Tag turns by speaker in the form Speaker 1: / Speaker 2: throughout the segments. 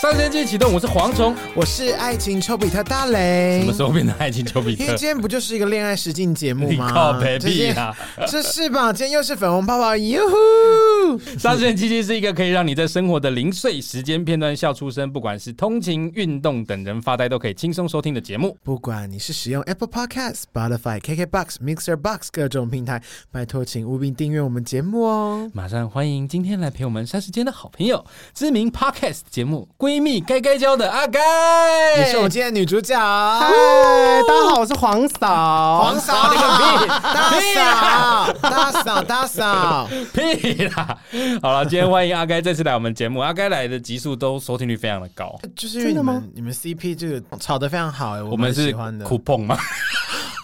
Speaker 1: 上升机启动，我是蝗虫。
Speaker 2: 我是爱情丘比特大雷。
Speaker 1: 什么时候变成爱情丘比
Speaker 2: 因
Speaker 1: 特
Speaker 2: 为？今天不就是一个恋爱实境节目吗？
Speaker 1: 你靠北
Speaker 2: 这
Speaker 1: 屁
Speaker 2: 些
Speaker 1: 啊！
Speaker 2: 这是吧？今天又是粉红泡泡，哟呼！
Speaker 1: 上升机器是一个可以让你在生活的零碎时间片段笑出声，不管是通勤、运动等人发呆都可以轻松收听的节目。
Speaker 2: 不管你是使用 Apple Podcast、Spotify、KKBox、Mixer Box 各种平台，拜托请务必订阅我们节目哦。
Speaker 1: 马上欢迎今天来陪我们杀时间的好朋友，知名 podcast 节目《闺蜜该该教》的阿该。
Speaker 2: 你是我们今天的女主角，
Speaker 3: 嗨，哎大家好，我是哦黄嫂。
Speaker 2: 黄嫂，你个屁！大嫂，大嫂，大嫂，
Speaker 1: 屁啦！好了，今天欢迎阿该再次来我们节目。阿该来的集数都收听率非常的高，
Speaker 2: 就是因为你
Speaker 3: 真的吗
Speaker 2: 们你们 CP 这个吵得非常好哎，
Speaker 1: 我
Speaker 2: 蛮
Speaker 1: 们
Speaker 2: 喜
Speaker 1: 是
Speaker 2: 欢的。
Speaker 1: 酷碰吗？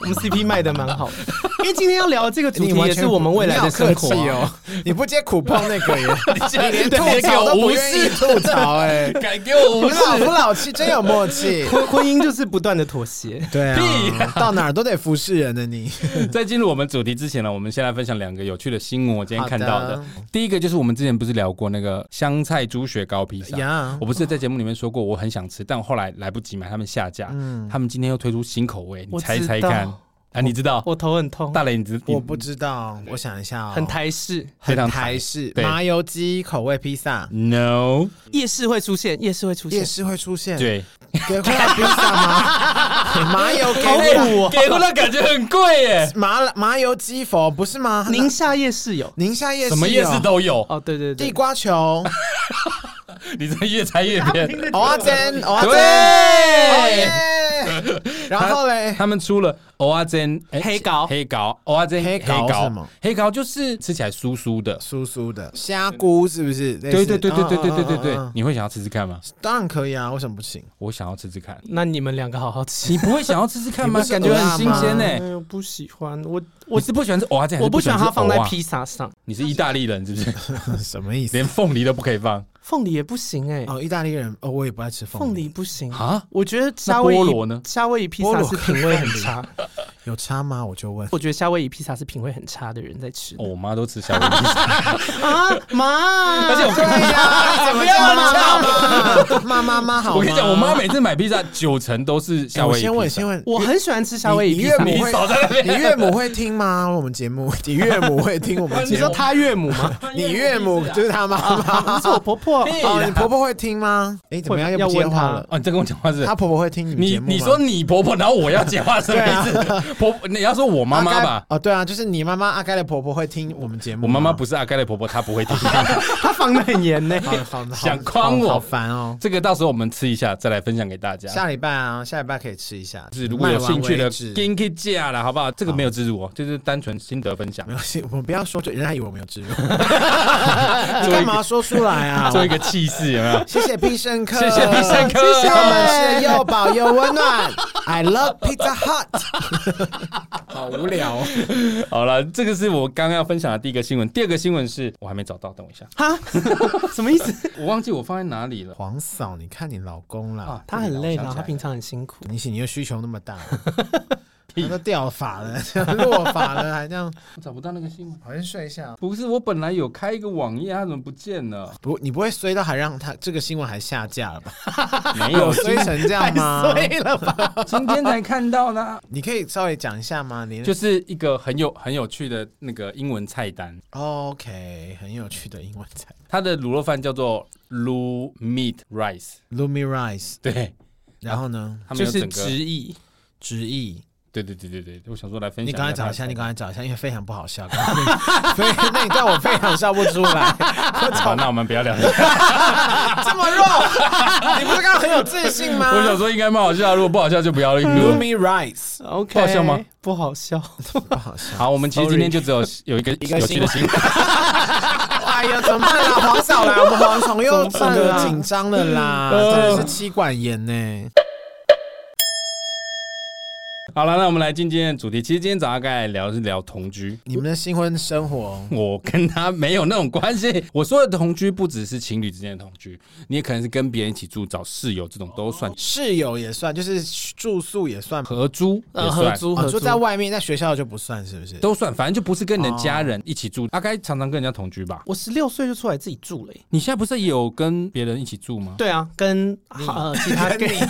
Speaker 3: 我们 CP 卖的蛮好的， 因为今天要聊的这个主
Speaker 2: 你
Speaker 3: 题
Speaker 2: 完
Speaker 3: 也
Speaker 2: 全
Speaker 3: 是我们未来的生活
Speaker 2: 你好客气
Speaker 3: 啊、
Speaker 2: 哦，你不接苦碰那 个耶，
Speaker 1: 你连
Speaker 2: 吐槽都不愿意吐槽 哎，
Speaker 1: 敢给我
Speaker 2: 不
Speaker 1: 无视
Speaker 2: 老不老气，真有默契。
Speaker 3: 婚哦婚姻就是不断的妥协。
Speaker 2: 对
Speaker 1: 屁
Speaker 2: 啊，到哪儿都得服侍人的 你。
Speaker 1: 在进入我们主题之前呢，我们先来分享两个有趣的新闻。我今天看到的
Speaker 2: 好的
Speaker 1: 第一个就是我们之前不是聊过那个香菜猪血糕披萨
Speaker 2: 呀
Speaker 1: 我不是在节目里面说过我很想吃，但我后来来不及买，他们下架。
Speaker 2: 嗯
Speaker 1: 他们今天又推出新口味，你
Speaker 3: 我
Speaker 1: 猜
Speaker 3: 知
Speaker 1: 猜看
Speaker 3: 道
Speaker 1: 啊？你知道？
Speaker 3: 我头很痛，
Speaker 1: 大雷，你知你
Speaker 2: 我不知道，我想一下哦，
Speaker 3: 很台嗯式
Speaker 1: 非常
Speaker 2: 很台式
Speaker 1: 对
Speaker 2: 麻油鸡口味披萨，
Speaker 1: ？No，
Speaker 3: 夜市会出现，夜市会出
Speaker 2: 夜
Speaker 3: 现。
Speaker 2: 市会出现
Speaker 1: 对，
Speaker 2: 给会来披萨 吗？麻油给
Speaker 3: 好
Speaker 2: 会
Speaker 3: 苦哦！
Speaker 1: 给我的感觉很贵耶，
Speaker 2: 麻麻油鸡佛不是吗？
Speaker 3: 宁夏夜市有
Speaker 2: 宁夏夜市
Speaker 1: 什么夜市
Speaker 2: 有
Speaker 1: 都有，
Speaker 3: 哦，对对
Speaker 2: 地
Speaker 3: 对，
Speaker 2: 瓜球、
Speaker 1: 你这越猜越偏。
Speaker 2: 蚵仔煎、蚵仔煎。哦
Speaker 1: 对。
Speaker 2: 耶！然后嘞，
Speaker 1: 他们出了蚵仔煎、哎
Speaker 3: 黑膏
Speaker 1: 黑膏、蚵仔煎、
Speaker 2: 黑膏
Speaker 1: 黑
Speaker 2: 是
Speaker 1: 膏
Speaker 2: 什么？
Speaker 1: 黑膏就是吃起来酥酥的。
Speaker 2: 酥酥的虾菇是不是？对
Speaker 1: 对对对对对对对对
Speaker 2: 嗯嗯嗯
Speaker 1: 对
Speaker 2: 嗯，
Speaker 1: 你会想要吃吃看吗？
Speaker 2: 当然可以啊，为什么不行？
Speaker 1: 我想要吃吃看，
Speaker 3: 那你们两个好好吃
Speaker 1: 你。不会想要吃吃 看吗？
Speaker 2: 你不是
Speaker 1: 感觉很新鲜
Speaker 2: 对
Speaker 3: 哎
Speaker 1: 呢。
Speaker 3: 呦，不喜欢我，
Speaker 1: 我
Speaker 3: 我
Speaker 1: 是不喜欢吃哦蚵仔煎，
Speaker 3: 我不喜欢它放在
Speaker 1: 皮。
Speaker 3: 披萨上，
Speaker 1: 你是意大利人是不是？
Speaker 2: 什么意思？
Speaker 1: 连凤梨都不可以放
Speaker 3: 凤梨也不行哎，
Speaker 2: 哦，意大利人哦，我也不爱吃
Speaker 3: 凤
Speaker 2: 凤
Speaker 3: 梨，不行。
Speaker 1: 啊？
Speaker 3: 我觉得
Speaker 1: 那
Speaker 3: 夏威夷
Speaker 1: 菠萝呢？
Speaker 3: 夏威夷披萨是品味很差，
Speaker 2: 有差吗？我就问。
Speaker 3: 我觉得夏威夷披萨是品味很差的人在吃的
Speaker 1: 哦，我妈都吃 小龙披萨，
Speaker 3: 啊妈！
Speaker 1: 而且我跟
Speaker 2: 对
Speaker 1: 啊
Speaker 2: 呀，怎么叫 妈妈妈妈妈好吗？
Speaker 1: 我跟你讲，我妈每次买披萨九成都是夏
Speaker 2: 哎我
Speaker 1: 威夷
Speaker 2: 先问，
Speaker 1: 披
Speaker 2: 先
Speaker 1: 萨。
Speaker 2: 问，
Speaker 3: 我很喜欢吃夏威夷
Speaker 2: 你
Speaker 3: 披萨
Speaker 2: 你。岳母
Speaker 1: 你
Speaker 2: 我会
Speaker 1: 少在那边
Speaker 2: 你岳母会听吗？我们节目， 你岳母会听我们
Speaker 3: 你
Speaker 2: 节
Speaker 3: 说
Speaker 2: 目？
Speaker 3: 他岳 母吗？
Speaker 1: 啊
Speaker 2: 你岳母就是她妈 妈。
Speaker 3: 啊那是我 婆婆。
Speaker 1: 屁
Speaker 2: 哦，你
Speaker 1: 啦
Speaker 2: 婆婆会听吗？哎，怎么样？
Speaker 3: 会
Speaker 2: 又不接
Speaker 3: 要问
Speaker 2: 话
Speaker 3: 她
Speaker 2: 了。
Speaker 1: 哦，你在跟我讲话是
Speaker 2: 她？婆婆会听你们
Speaker 1: 你
Speaker 2: 节目吗？啊
Speaker 1: 你说你婆婆，然后我要接话什么意思？婆婆，你要说我妈妈
Speaker 2: 阿
Speaker 1: 吧
Speaker 2: 该？哦，对啊，就是你妈妈阿该的婆婆会听我们节目吗。
Speaker 1: 我妈妈不是阿该的婆婆，她不 会听。
Speaker 3: 她防的很严呢。
Speaker 2: 好好好
Speaker 1: 想诓我
Speaker 2: 好好烦哦。
Speaker 1: 这个到时候我们吃一下，再来分享给大家。
Speaker 2: 下礼拜啊，下礼拜可以吃一下。
Speaker 1: 就是如果有兴趣
Speaker 2: 卖完
Speaker 1: 的
Speaker 2: 为止
Speaker 1: g i n k y 架了，好不好？这个没有植入哦，就是单纯心得分享
Speaker 2: 没，关系，我们不要说出，人家以为我们有植 入，你
Speaker 1: 做一
Speaker 2: 干嘛说出来啊？
Speaker 1: 做一个气势有没 有？
Speaker 2: 谢谢必胜客，
Speaker 1: 谢谢必胜客谢谢
Speaker 2: 我们是又饱又温暖。I love Pizza Hut。好无聊、哦，
Speaker 1: 好了，这个是我刚刚要分享的第一个新闻。第二个新闻是我还没找到，等我 一下，
Speaker 3: 哈，什么意思？
Speaker 1: 我忘记我放在哪里了。
Speaker 2: 黄嫂，你看你老公啦，
Speaker 1: 啊
Speaker 3: 她很
Speaker 1: 我想起
Speaker 3: 累
Speaker 1: 来
Speaker 3: 啦，
Speaker 1: 了
Speaker 3: 她平常很辛苦。
Speaker 2: 你你又需求那么 大，他都掉发了， 落发了，还这样，
Speaker 1: 我找不到那个新闻。
Speaker 2: 好像睡一下。
Speaker 1: 不是，我本来有开一个网页，它怎么不见 了？
Speaker 2: 不，你不会衰到还让他这个新闻还下架了吧？
Speaker 1: 没
Speaker 2: 有
Speaker 1: 有，
Speaker 2: 衰成这样吗？
Speaker 3: 了吧？
Speaker 1: 今天才看到呢。
Speaker 2: 你可以稍微讲一下吗？你
Speaker 1: 就是一个很有很有趣的那个英文菜单，
Speaker 2: 哦 OK，很有趣的英文菜
Speaker 1: 它的卤肉饭叫做 Lu Meat Rice，
Speaker 2: ，Lumi Rice。
Speaker 1: 对，
Speaker 2: 然后呢，
Speaker 1: 他们
Speaker 3: 就
Speaker 1: 有
Speaker 3: 是
Speaker 1: 整个
Speaker 3: 直，译。
Speaker 2: 直译，
Speaker 1: 对对对对对，我想说来分享。
Speaker 2: 你刚才找一下，你刚才找一下，因为非常不好笑， 所以那一段我非常笑不出 来，
Speaker 1: 才 好，那我们不要聊这个。
Speaker 2: 这么弱， 你不是刚刚很有自信吗 嗯
Speaker 1: 我想说应该蛮好笑，如果不好笑就不要录。
Speaker 2: ？Lumi Rice，
Speaker 3: OK，
Speaker 1: 不好笑吗？
Speaker 3: 不好笑。
Speaker 2: 不好笑。
Speaker 1: 好，我们其实
Speaker 3: Sorry
Speaker 1: 今天就只有 有一个
Speaker 2: 一个
Speaker 1: 有趣的新闻。
Speaker 2: 哎呀，怎么办啦？黄嫂啊来，我们黄虫又
Speaker 3: 怎么办啊
Speaker 2: 紧张
Speaker 1: 嗯
Speaker 2: 了啦，真的是妻管严呢。
Speaker 1: 好了，那我们来进今天的主题。其实今天早上刚才聊是聊同居，
Speaker 2: 你们的新婚生活，
Speaker 1: 我跟他没有那种关系。我说的同居不只是情侣之间的同居，你也可能是跟别人一起住，找室友这种都算
Speaker 2: 室友也算，就是住宿也算，
Speaker 1: 合租，也
Speaker 3: 呃，合
Speaker 1: 算。
Speaker 3: 租
Speaker 2: 哦
Speaker 3: 合
Speaker 2: 你说
Speaker 3: 租
Speaker 2: 在外面，在学校就不算，是不是？
Speaker 1: 都算，反正就不是跟你
Speaker 2: 哦
Speaker 1: 的家人一起住。阿该常常跟人家同居吧？
Speaker 3: 我十六岁就出来自己住了耶、
Speaker 1: 你现在不是也有跟别人一起住吗？
Speaker 3: 对啊，跟呃其他 gay，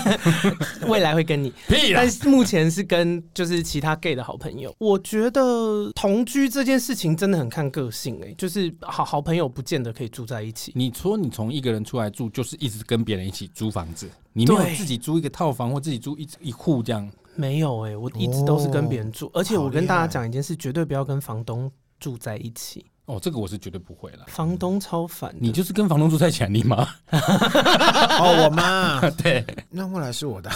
Speaker 3: 未来会跟你，
Speaker 1: 屁啦
Speaker 3: 但！是目前是跟就是其他 gay 的好朋友。我觉得同居这件事情真的很看个性哎、就是好好朋友不见得可以住在一起。
Speaker 1: 你说你从一个人出来住，就是一直跟别人一起租房子，你没有
Speaker 3: 对
Speaker 1: 自己租一个套房或自己租一一户这样。
Speaker 3: 没有哎、我一直都是跟别人
Speaker 1: 哦
Speaker 3: 住，而且我
Speaker 2: 好
Speaker 3: 跟
Speaker 2: 厉害
Speaker 3: 大家讲一件事，绝对不要跟房东住在一起，
Speaker 1: 哦，这个我是绝对不会了。
Speaker 3: 房东超烦的。
Speaker 1: 你就是跟房东住在一起啊，你妈
Speaker 2: 哦，我妈，
Speaker 1: 对，
Speaker 2: 那未来是我的，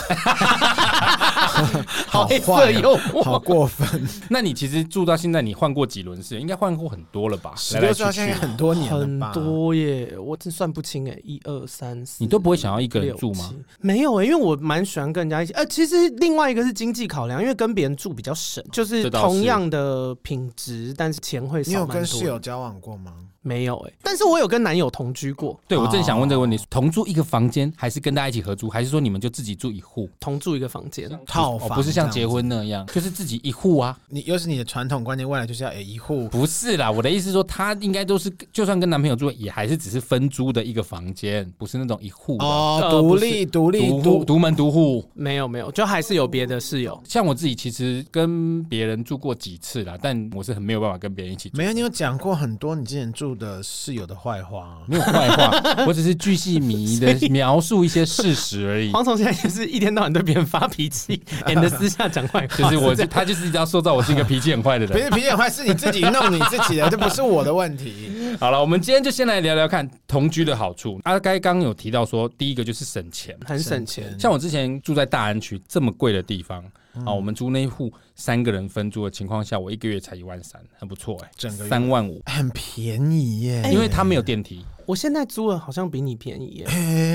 Speaker 3: 好
Speaker 2: 坏
Speaker 3: 黑
Speaker 2: 啊
Speaker 3: 色幽默
Speaker 2: 好过分，
Speaker 1: 那你其实住到现在，你换过几轮室？应该换过很多了吧？
Speaker 2: 十
Speaker 1: 来来
Speaker 2: 六
Speaker 1: 去
Speaker 2: 岁到现在
Speaker 1: 去，
Speaker 2: 很多年
Speaker 3: 很
Speaker 2: 了吧？
Speaker 3: 多耶，我真算不清哎，一二三四，
Speaker 1: 你都不会想要一个人住吗
Speaker 3: 六？七？没有哎、因为我蛮喜欢跟人家一起。呃，其实另外一个是经济考量，因为跟别人住比较省，就是
Speaker 1: 这倒是
Speaker 3: 同样的品质，但是钱会
Speaker 2: 你
Speaker 3: 少
Speaker 2: 有
Speaker 3: 蛮多。
Speaker 2: 跟室友交往过吗？
Speaker 3: 没有哎、但是我有跟男友同居过，
Speaker 1: 对，我正想问这个问题：
Speaker 2: 哦
Speaker 1: 同住一个房间，还是跟大家一起合租，还是说你们就自己住一户？
Speaker 3: 同住一个房间。
Speaker 2: 套
Speaker 1: 哦
Speaker 2: 房、
Speaker 1: 不是像结，婚那样，就是自己一户啊。
Speaker 2: 你又是你的传统观念，未来就是要有一户
Speaker 1: 不是啦，我的意思是说，她应该都是，就算跟男朋友住，也还是只是分租的一个房间，不是那种一户的
Speaker 2: 哦，
Speaker 3: 呃
Speaker 2: 独
Speaker 3: 不是
Speaker 2: 立独立
Speaker 1: 独户独门独户。
Speaker 3: 没有没有，就还是有别的室友。
Speaker 1: 像我自己其实跟别人住过几次啦，但我是很没有办法跟别人一 起住，
Speaker 2: 没有，你有讲过很多你之前住的室友的坏话。啊
Speaker 1: 没有坏话，我只是巨细靡遗的描述一些事实 而已。
Speaker 3: 黄总现在就是一天到晚对别人发脾气，and 私下讲坏话。
Speaker 1: 就是我
Speaker 3: 这
Speaker 1: 是
Speaker 3: 样
Speaker 1: 他就是一直要塑造我是一个脾气很坏的
Speaker 2: 不
Speaker 1: 人。
Speaker 2: 是脾气很坏，是你自己弄你自己的，这不是我的问 题。
Speaker 1: 好了，我们今天就先来聊聊看同居的好处。阿该刚有提到说，第一个就是省钱。
Speaker 3: 很省钱。
Speaker 1: 像我之前住在大安区这么贵的地方、啊，我们租那一户三个人分租的情况下，我一个月才一万三，很不错哎、
Speaker 2: 整个月
Speaker 1: 三万五，
Speaker 2: 很便宜耶，
Speaker 3: 哎
Speaker 1: 因为它没有电梯。
Speaker 3: 我现在租的好像比你便宜耶，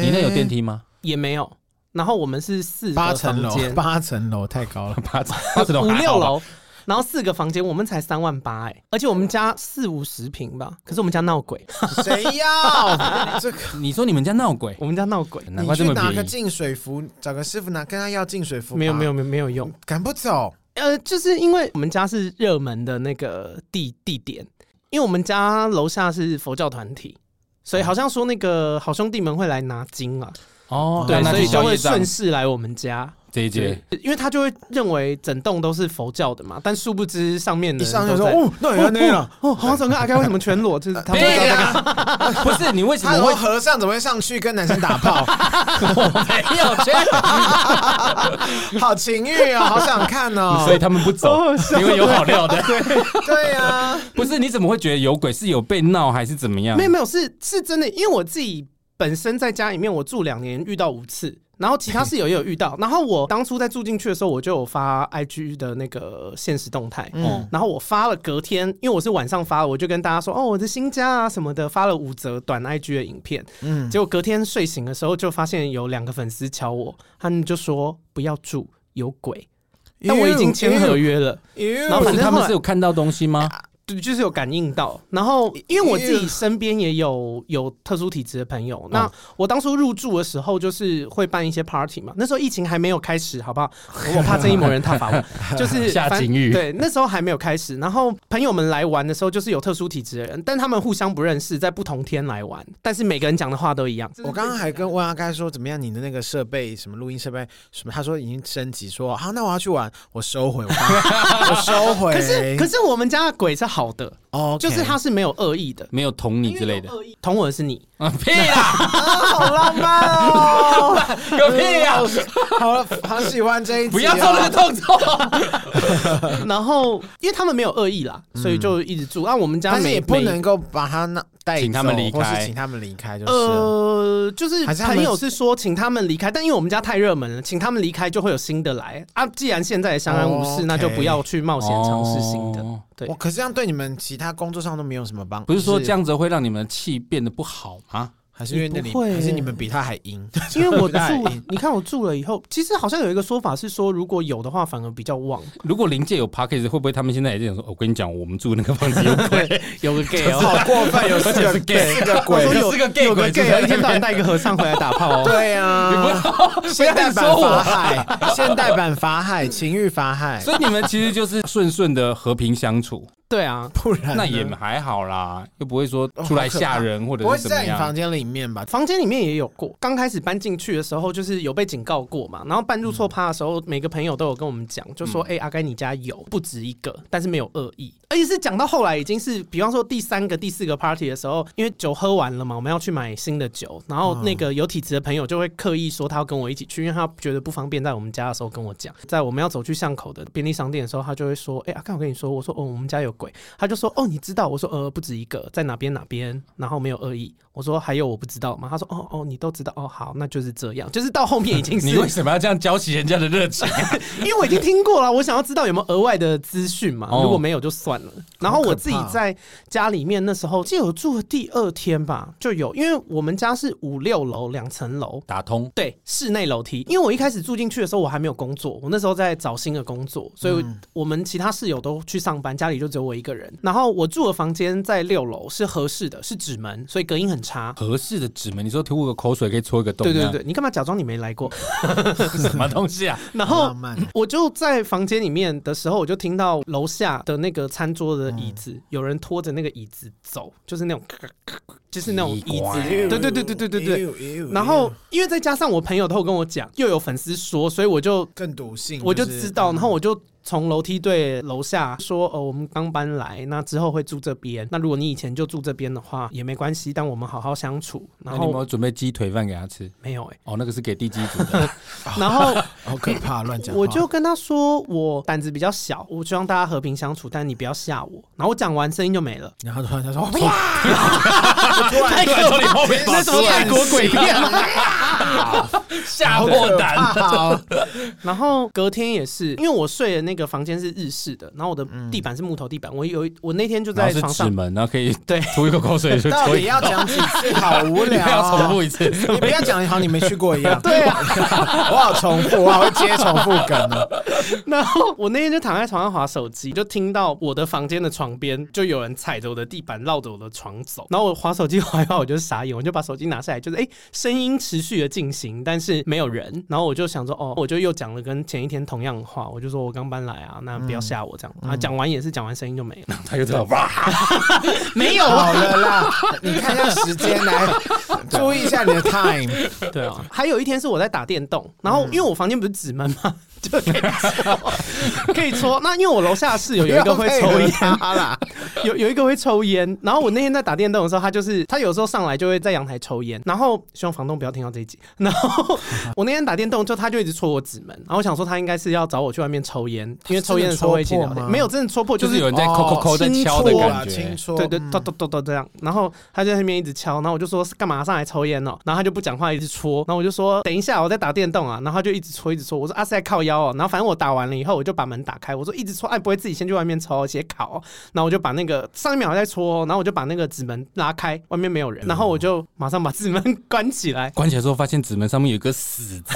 Speaker 1: 你那有电梯吗？
Speaker 3: 也没有。然后我们是四个
Speaker 2: 八层
Speaker 3: 房
Speaker 2: 楼，
Speaker 3: 间
Speaker 2: 八层楼太高 了。
Speaker 1: 八八十楼
Speaker 3: 五
Speaker 1: 还好
Speaker 3: 六
Speaker 1: 吧，
Speaker 3: 楼，然后四个房间，我们才三万八哎，而且我们家四五十平吧，可是我们家闹鬼，
Speaker 2: 谁要这个？
Speaker 1: 你说你们家闹鬼，
Speaker 3: 我们家闹鬼，
Speaker 1: 难
Speaker 2: 你
Speaker 1: 怪这
Speaker 2: 去
Speaker 1: 么
Speaker 2: 拿个
Speaker 1: 便宜。
Speaker 2: 净水服，找个师傅拿，跟他要净水服。
Speaker 3: 没有没，有没有没有用，
Speaker 2: 赶不走。
Speaker 3: 呃，就是因为我们家是热门的那个地地点，因为我们家楼下是佛教团体。所以好像说那个好兄弟们会来拿金啊，
Speaker 1: 哦，
Speaker 3: 对，
Speaker 1: 让他
Speaker 3: 所
Speaker 1: 去
Speaker 3: 以就
Speaker 1: 消
Speaker 3: 会
Speaker 1: 业障
Speaker 3: 顺势来我们家，
Speaker 1: 这一节
Speaker 3: 对，因为他就会认为整栋都是佛教的嘛，但殊不知上面
Speaker 2: 一
Speaker 3: 的人
Speaker 2: 上就说
Speaker 3: 都在
Speaker 2: 哦，那也要那样。
Speaker 3: 哦，黄总跟阿该为什么全裸？就是他们
Speaker 1: 屁
Speaker 3: 不知道在干嘛
Speaker 1: 啦啊不是你为什
Speaker 2: 他
Speaker 1: 么
Speaker 2: 说
Speaker 1: 会
Speaker 2: 和尚怎么会上去跟男生打炮？
Speaker 1: 没有去？
Speaker 2: 好情欲哦，好想看哦。
Speaker 1: 所以他们不走，因为有好料的。
Speaker 2: 对啊，
Speaker 1: 不是你怎么会觉得有鬼？是有被闹还是怎么样
Speaker 3: 没？有没有，是是真的，因为我自己本身在家里面，我住两年遇到五次，然后其他室友也有遇到。然后我当初在住进去的时候，我就有发 IG 的那个现实动态。
Speaker 2: 嗯，
Speaker 3: 然后我发了隔天，因为我是晚上发，我就跟大家说哦，我的新家啊什么的，发了五则短 IG 的影片。
Speaker 2: 嗯
Speaker 3: 嗯，结果隔天睡醒的时候，就发现有两个粉丝敲我，他们就说不要住，有鬼。但我已经签合约了。
Speaker 2: 然
Speaker 3: 然后反
Speaker 1: 是他
Speaker 3: 正后
Speaker 1: 们
Speaker 3: 来
Speaker 1: 是有看到东西吗？
Speaker 3: 对，就是有感应到。然后，因为我自己身边也有有特殊体质的朋
Speaker 1: 哦
Speaker 3: 友，那我当初入住的时候，就是会办一些 party 嘛。那时候疫情还没有开始，好 不好？我怕正义魔人踏伐我，就是
Speaker 1: 下
Speaker 3: 反
Speaker 1: 警语
Speaker 3: 对，那时候还没有开始。然后朋友们来玩的时候，就是有特殊体质的人，但他们互相不认识，在不同天来玩，但是每个人讲的话都一样。
Speaker 2: 我刚刚还跟问阿该说怎么样，你的那个设备什么录音设备什么，他说已经升级，说好、那我要去玩，我收回，我刚我收回。
Speaker 3: 可是可是我们家的鬼是好的，
Speaker 2: 哦，
Speaker 3: 就是他是没有恶意的。
Speaker 1: 没有捅你之类的？
Speaker 3: 捅我的是你，
Speaker 1: 啊屁啦，
Speaker 2: 好浪漫哦，
Speaker 1: 个屁呀！
Speaker 2: 好了，好喜欢这一集、啊
Speaker 1: 不要做那个，动作。
Speaker 3: 然后因为他们没有恶意啦，所以就一直住。啊，我们家
Speaker 2: 嗯但是
Speaker 3: 每
Speaker 2: 也不
Speaker 3: 每
Speaker 2: 能够把他那带走，
Speaker 1: 请他们离开
Speaker 2: 或是请他们离开就是了。
Speaker 3: 呃，就是
Speaker 2: 还是他们
Speaker 3: 朋友是说请他们离开，但因为我们家太热门了，请他们离开就会有新的来啊。既然现在也相安无
Speaker 2: 哦
Speaker 3: 事，
Speaker 2: ，OK
Speaker 3: 那就不要去冒险尝试新的。
Speaker 1: 哦
Speaker 3: 对
Speaker 2: 我可是这样对你们其他工作上都没有什么帮，
Speaker 1: 不是说这样子会让你们的气变得不好吗？
Speaker 2: 还是因为那里
Speaker 3: 也不会欸
Speaker 2: 还是你们比他还阴？
Speaker 3: 因为
Speaker 2: 不
Speaker 3: 我
Speaker 2: 太
Speaker 3: 住
Speaker 2: 硬，
Speaker 3: 你看我住了以后，其实好像有一个说法是说，如果有的话，反而比较旺。
Speaker 1: 如果临界有 p a c k a g e 会不会他们现在也在想说，哦我跟你讲，我们住那个房子有 鬼，
Speaker 3: 有个 gay 哦，
Speaker 2: 好过分，有四
Speaker 1: 而且
Speaker 2: 个
Speaker 1: 是 gay
Speaker 2: 四个鬼，
Speaker 1: 有四个 gay
Speaker 3: 有 个
Speaker 1: 鬼住
Speaker 3: gay
Speaker 1: 在
Speaker 3: 哦
Speaker 1: 那
Speaker 3: 一天到晚带一个和尚回来打炮哦。
Speaker 2: 对啊，现代版法海，现代版法 海，情欲法海，
Speaker 1: 所以你们其实就是顺顺的和平相 处，
Speaker 3: 对啊，
Speaker 2: 不然
Speaker 1: 那
Speaker 2: 呢
Speaker 1: 也还好啦，又不会说出来吓人
Speaker 3: 哦
Speaker 1: 或者
Speaker 2: 不会
Speaker 1: 是
Speaker 2: 是
Speaker 1: 怎么
Speaker 2: 在你
Speaker 1: 样。
Speaker 2: 房间里面吧？
Speaker 3: 房间里面也有过。刚开始搬进去的时候，就是有被警告过嘛。然后办入错趴的时候，每个朋友都有跟我们讲，就说：“哎、阿该你家有不止一个，但是没有恶意。”而且是讲到后来，已经是比方说第三个、第四个 party 的时候，因为酒喝完了嘛，我们要去买新的酒。然后那个有体质的朋友就会刻意说他要跟我一起去，因为他觉得不方便在我们家的时候跟我讲。在我们要走去巷口的便利商店的时候，他就会说：“哎、阿该，我跟你说，我说哦，我们家有鬼。”他就说：“哦，你知道？”我说：“呃，不止一个，在哪边哪边。”然后没有恶意。我说：“还有我不知道吗？”他说：“哦哦，你都知道哦，好，那就是这样。”就是到后面已经 是，
Speaker 1: 你为什么要这样浇熄人家的热情？
Speaker 3: 因为我已经听过了，我想要知道有没有额外的资讯嘛。
Speaker 1: 哦
Speaker 3: 如果没有就算了。然后我自己
Speaker 2: 好可怕
Speaker 3: 在家里面那时候，记得我住的第二天吧，就有，因为我们家是五六楼两层楼，
Speaker 1: 打通
Speaker 3: 对，室内楼梯。因为我一开始住进去的时候，我还没有工作，我那时候在找新的工作，所以
Speaker 1: 嗯
Speaker 3: 我们其他室友都去上班，家里就只有我一个人。然后我住的房间在六楼，是合适的，是纸门，所以隔音很差。
Speaker 1: 合适的纸门，你说吐个口水可以戳一个洞，
Speaker 3: 对对，对，你干嘛假装你没 来过？
Speaker 1: 什么东西啊？
Speaker 3: 然
Speaker 2: 好
Speaker 3: 后
Speaker 2: 浪漫，
Speaker 3: 我就在房间里面的时候，我就听到楼下的那个餐桌的椅子，
Speaker 1: 嗯
Speaker 3: 有人拖着那个椅子走，就是那种咔咔咔， 就是那种椅
Speaker 1: 奇
Speaker 3: 子
Speaker 1: 怪，
Speaker 3: 对对对对对对对。
Speaker 2: 对
Speaker 3: 然后因为再加上我朋友都有跟我讲，又有粉丝说，所以我就
Speaker 2: 更毒性，
Speaker 3: 我就知道，然后我就从楼梯队楼下说，哦，我们刚搬来，那之后会住这边。那如果你以前就住这边的话，也没关系，但我们好好相处。
Speaker 1: 那
Speaker 3: 然
Speaker 1: 你有没
Speaker 3: 后
Speaker 1: 有准备鸡腿饭给他吃？
Speaker 3: 没有哎、
Speaker 1: 哦，那个是给地基组的，
Speaker 3: 然后
Speaker 2: 好可怕，乱讲话，
Speaker 3: 我就跟他说，我胆子比较小，我希望大家和平相处，但你不要吓我。然后我讲完声音就没了，
Speaker 2: 然后突然他说哇，突
Speaker 3: 太
Speaker 2: 然
Speaker 3: 可怕了，
Speaker 2: 边
Speaker 3: 哎那什么泰国 鬼片啊？
Speaker 1: 吓破胆。
Speaker 2: 好
Speaker 3: 然后隔天也是，因为我睡的那个房间是日式的，然后我的地板是木头地板，我有一我那天就
Speaker 1: 然
Speaker 3: 在
Speaker 1: 后是
Speaker 3: 床
Speaker 1: 纸
Speaker 3: 上，
Speaker 1: 门，然后可以
Speaker 3: 对
Speaker 1: 吐一个口水就
Speaker 2: 到
Speaker 1: 戳一
Speaker 2: 底
Speaker 1: 个
Speaker 2: 要讲几次？好无
Speaker 1: 你不
Speaker 2: 聊，啊
Speaker 1: 要重复一次。
Speaker 2: 你不要讲好你没去过一样。
Speaker 3: 对啊，
Speaker 2: 我好重复，我好会接重复梗 哦。
Speaker 3: 然后我那天就躺在床上划手机，就听到我的房间的床边就有人踩着我的地板，绕着我的床走。然后我划手机划一划，我就傻眼，我就把手机拿下来，就是哎，诶声音持续的进行，但是没有人。然后我就想说，哦，我就又讲了跟前一天同样的话，我就说我刚搬来啊，那不要吓我这样。然后讲完也是讲完声音就没了，
Speaker 1: 他又在哇，
Speaker 3: 没有啊，
Speaker 2: 好了啦，你看一下时间来，注意一下你的 time。
Speaker 3: 对啊。嗯还有一天是我在打电动，然后因为我房间不是纸门嘛， 就可以戳， 可以戳。那因为我楼下室友有一个 会抽烟。
Speaker 2: 他啦，
Speaker 3: 有有一个会抽烟，然后我那天在打电动的时候，他就是他有时候上来就会在阳台抽烟，然后希望房东不要听到这一集。然后我那天打电动就他就一直戳我指门，然后我想说他应该是要找我去外面抽烟，因为抽烟的时候会一起聊
Speaker 2: 他真的戳破
Speaker 3: 天，
Speaker 2: 吗
Speaker 3: 没有真的戳 破，
Speaker 1: 就
Speaker 3: 就是是
Speaker 1: 有人在抠抠抠在敲的感觉
Speaker 2: 啊清。嗯楚，
Speaker 3: 对对，咚咚咚咚这样，然后他就在那边一直敲，然后我就说干嘛上来抽烟哦，然后他就不讲话，一直戳，然后我就说等一下我在打电动啊，然后他就一直戳一直戳，我说啊是在靠腰哦，然后反正我打完了以后我就把门打开，我说一直戳，哎不会自己先去外面抽写烤哦，然后我就把那个上一秒还在戳哦，然后我就把那个纸门拉开，外面没有人，然后我就马上把纸门关起来，
Speaker 1: 关起来之后，发现纸门上面有一个死字，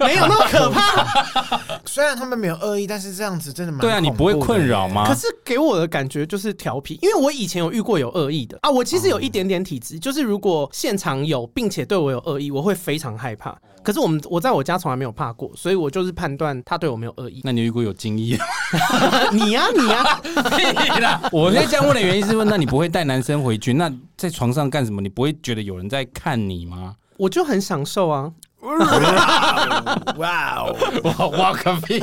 Speaker 3: 没有那么可怕，
Speaker 2: 虽然他们没有恶意，但是这样子真的蛮
Speaker 1: 对啊，你不会困扰吗
Speaker 3: 可？是给我的感觉就是调皮，因为我以前有遇过有恶意的啊，我其实有一点点体质，就是如果现场有并且对我有恶意，我会非常害怕。可是我们我在我家从来没有怕过，所以我就是判断他对我没有恶 意。
Speaker 1: 那你如果有经验，
Speaker 3: 你呀、你啊呀、
Speaker 1: 我会这样问的原因是问，那你不会带男生回去？那在床上干什么？你不会觉得有人在看你吗？
Speaker 3: 我就很享受啊。
Speaker 2: 吗？哇哦
Speaker 1: 我我个屁！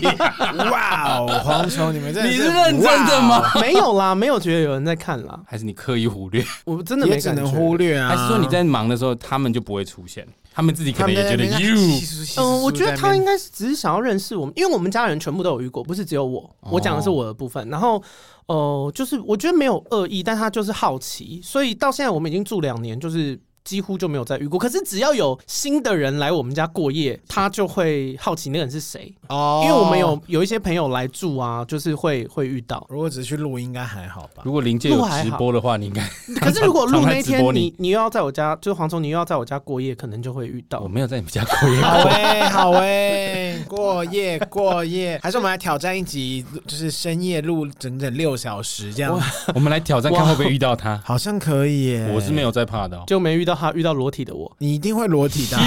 Speaker 2: 哇哦，黄球，你们真 的
Speaker 1: 你是认真的吗？
Speaker 2: 哇哦
Speaker 3: 没有啦，没有觉得有人在看啦，
Speaker 1: 还是你刻意忽略？
Speaker 3: 我真
Speaker 2: 哦
Speaker 3: 的
Speaker 2: 也
Speaker 3: 没
Speaker 2: 只
Speaker 3: 感觉。
Speaker 2: 能忽略啊。
Speaker 1: 还是说你在忙的时候，他们就不会出现？他们自己可
Speaker 2: 他
Speaker 1: 能
Speaker 2: 们
Speaker 1: 也
Speaker 2: 在
Speaker 1: 觉
Speaker 2: 那
Speaker 1: 得
Speaker 2: 边
Speaker 1: you
Speaker 2: 稀疏稀疏
Speaker 3: 嗯，我觉得
Speaker 2: 在那
Speaker 3: 他
Speaker 2: 边
Speaker 3: 应该是只是想要认识我们，因为我们家人全部都有遇过，不是只有我。我讲的是我的部分，然后呃，就是我觉得没有恶意，但他就是好奇，所以到现在我们已经住两年，就是几乎就没有再遇过。可是只要有新的人来我们家过夜，他就会好奇那个人是谁，
Speaker 2: 哦
Speaker 3: 因为我们有有一些朋友来住啊，就是会会遇到。
Speaker 2: 如果只是去录，应该还好吧？
Speaker 1: 如果临界有直播的话，你应该
Speaker 3: 可是如果录
Speaker 1: 常常
Speaker 3: 那
Speaker 1: 直播
Speaker 3: 天
Speaker 1: 你
Speaker 3: 你你又要在我家，就是黄虫，你又要在我家过夜，可能就会遇到
Speaker 1: 我。没有在你们家过夜。
Speaker 2: 好哎、好哎、过夜过夜，还是我们来挑战一集，就是深夜录整整六小时这样，
Speaker 1: 我们来挑战看会不会遇到他。
Speaker 2: 好像可以耶、
Speaker 1: 我是没有在怕的、哦。
Speaker 3: 就没遇到他，遇到裸体的我，
Speaker 2: 你一定会裸体的啊，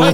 Speaker 2: 会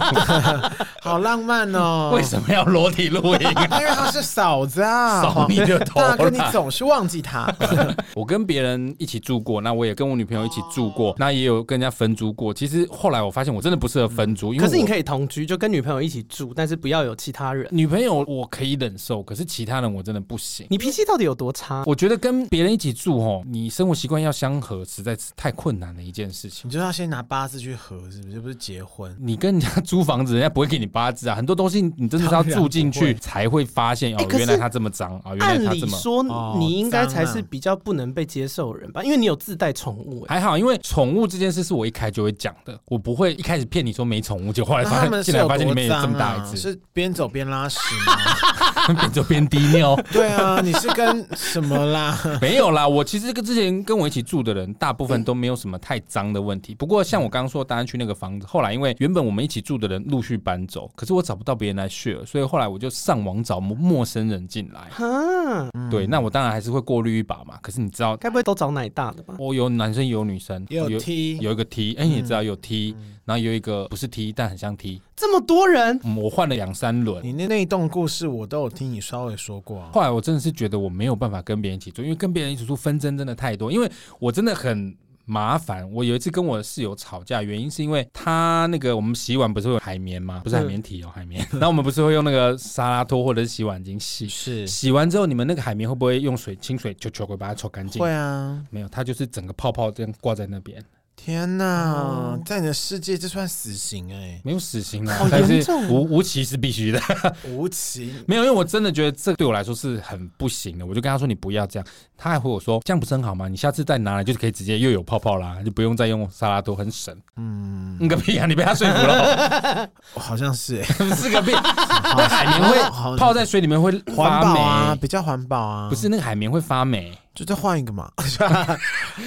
Speaker 2: 好浪漫哦。
Speaker 1: 为什么要裸体露营、啊？
Speaker 2: 因为她是嫂子啊，
Speaker 1: 扫你的头
Speaker 2: 大哥，你
Speaker 1: 啦！
Speaker 2: 总是忘记她。
Speaker 1: 我跟别人一起住过，那我也跟我女朋友一起住过，那也有跟人家分租过。其实后来我发现我真的不适合分租，因为
Speaker 3: 可是你
Speaker 1: 我
Speaker 3: 可以同居，就跟女朋友一起住，但是不要有其他人。
Speaker 1: 女朋友我可以忍受，可是其他人我真的不行。
Speaker 3: 你脾气到底有多差？
Speaker 1: 我觉得跟别人一起住吼，你生活习惯要相合，实在是太困难的一件事情
Speaker 2: 你。就要先拿八字去合，是不是？又不是结婚。
Speaker 1: 你跟人家租房子，人家不会给你八字啊，很多东西你真的是要
Speaker 2: 当然
Speaker 1: 住进
Speaker 2: 不会
Speaker 1: 去才会发现哦
Speaker 3: 哎，可是
Speaker 1: 原来他这么脏啊，原来
Speaker 3: 按
Speaker 1: 他
Speaker 3: 理
Speaker 1: 这么。
Speaker 3: 说
Speaker 2: 哦，
Speaker 3: 你应该
Speaker 2: 脏
Speaker 3: 才
Speaker 2: 啊
Speaker 3: 是比较不能被接受的人吧？因为你有自带宠物、欸，
Speaker 1: 还好，因为宠物这件事是我一开就会讲的，我不会一开始骗你说没宠物，就后来
Speaker 2: 那
Speaker 1: 发
Speaker 2: 啊他
Speaker 1: 现
Speaker 2: 们是
Speaker 1: 进来
Speaker 2: 有
Speaker 1: 发现里面
Speaker 2: 多
Speaker 1: 有这
Speaker 2: 脏
Speaker 1: 么大
Speaker 2: 啊？
Speaker 1: 一只，
Speaker 2: 是边走边拉屎吗？
Speaker 1: 边走边滴尿。
Speaker 2: 对啊，你是跟什么啦？
Speaker 1: 没有啦，我其实跟之前跟我一起住的人，大部分都没有什么太脏的问题。不过像我刚刚说大安区那个房子，后来因为原本我们一起住的人陆续搬走，可是我找不到别人来 share，所以后来我就上网找陌陌生人进来。
Speaker 3: 哈，
Speaker 2: 嗯
Speaker 1: 对，那我当然还是会过滤一把嘛。可是你知道，
Speaker 3: 该不会都找奶大的吧？
Speaker 1: 我有男生也有女生，
Speaker 2: 也有 T，嗯
Speaker 1: 有一个 T，哎、你也知道有 T，、然后有一个不是 T，但很像 T。
Speaker 3: 这么多人，
Speaker 1: 嗯，我换了两三轮。
Speaker 2: 你那那一栋故事我都有听你稍微说过啊。
Speaker 1: 后来我真的是觉得我没有办法跟别人一起住，因为跟别人一起住纷争真的太多，因为我真的很。麻烦，我有一次跟我的室友吵架，原因是因为他那个我们洗碗不是会有海绵
Speaker 2: 嗯
Speaker 1: 吗？不是海绵体哦，海绵。 然后我们不是会用那个沙拉拖或者是洗碗巾洗，
Speaker 2: 是
Speaker 1: 洗完之后你们那个海绵会不会用水清水球球会把它搓干净
Speaker 2: 会？啊！
Speaker 1: 没有，它就是整个泡泡这样挂在那边，
Speaker 2: 天
Speaker 1: 哦
Speaker 2: 哪，在你的世界这算死刑哎，
Speaker 1: 没有死刑啊，
Speaker 3: 好
Speaker 1: 但
Speaker 3: 严
Speaker 1: 是
Speaker 3: 重哦
Speaker 1: 无无期是必须的。
Speaker 2: 无情。
Speaker 1: 没有，因为我真的觉得这对我来说是很不行的，我就跟他说你不要这样，他还回我说这样不是很好吗？你下次再拿来就是可以直接又有泡泡啦，就不用再用沙拉多，很省。
Speaker 2: 嗯，
Speaker 1: 嗯个屁啊！你被他说服了，
Speaker 2: 好像是哎，
Speaker 1: 是个屁。那海绵
Speaker 2: 好
Speaker 1: 会泡在水里面会
Speaker 2: 环
Speaker 1: 发
Speaker 2: 保
Speaker 1: 霉，
Speaker 2: 啊，比较环保啊，
Speaker 1: 不是那个海绵会发霉。
Speaker 2: 就再换一 个嘛。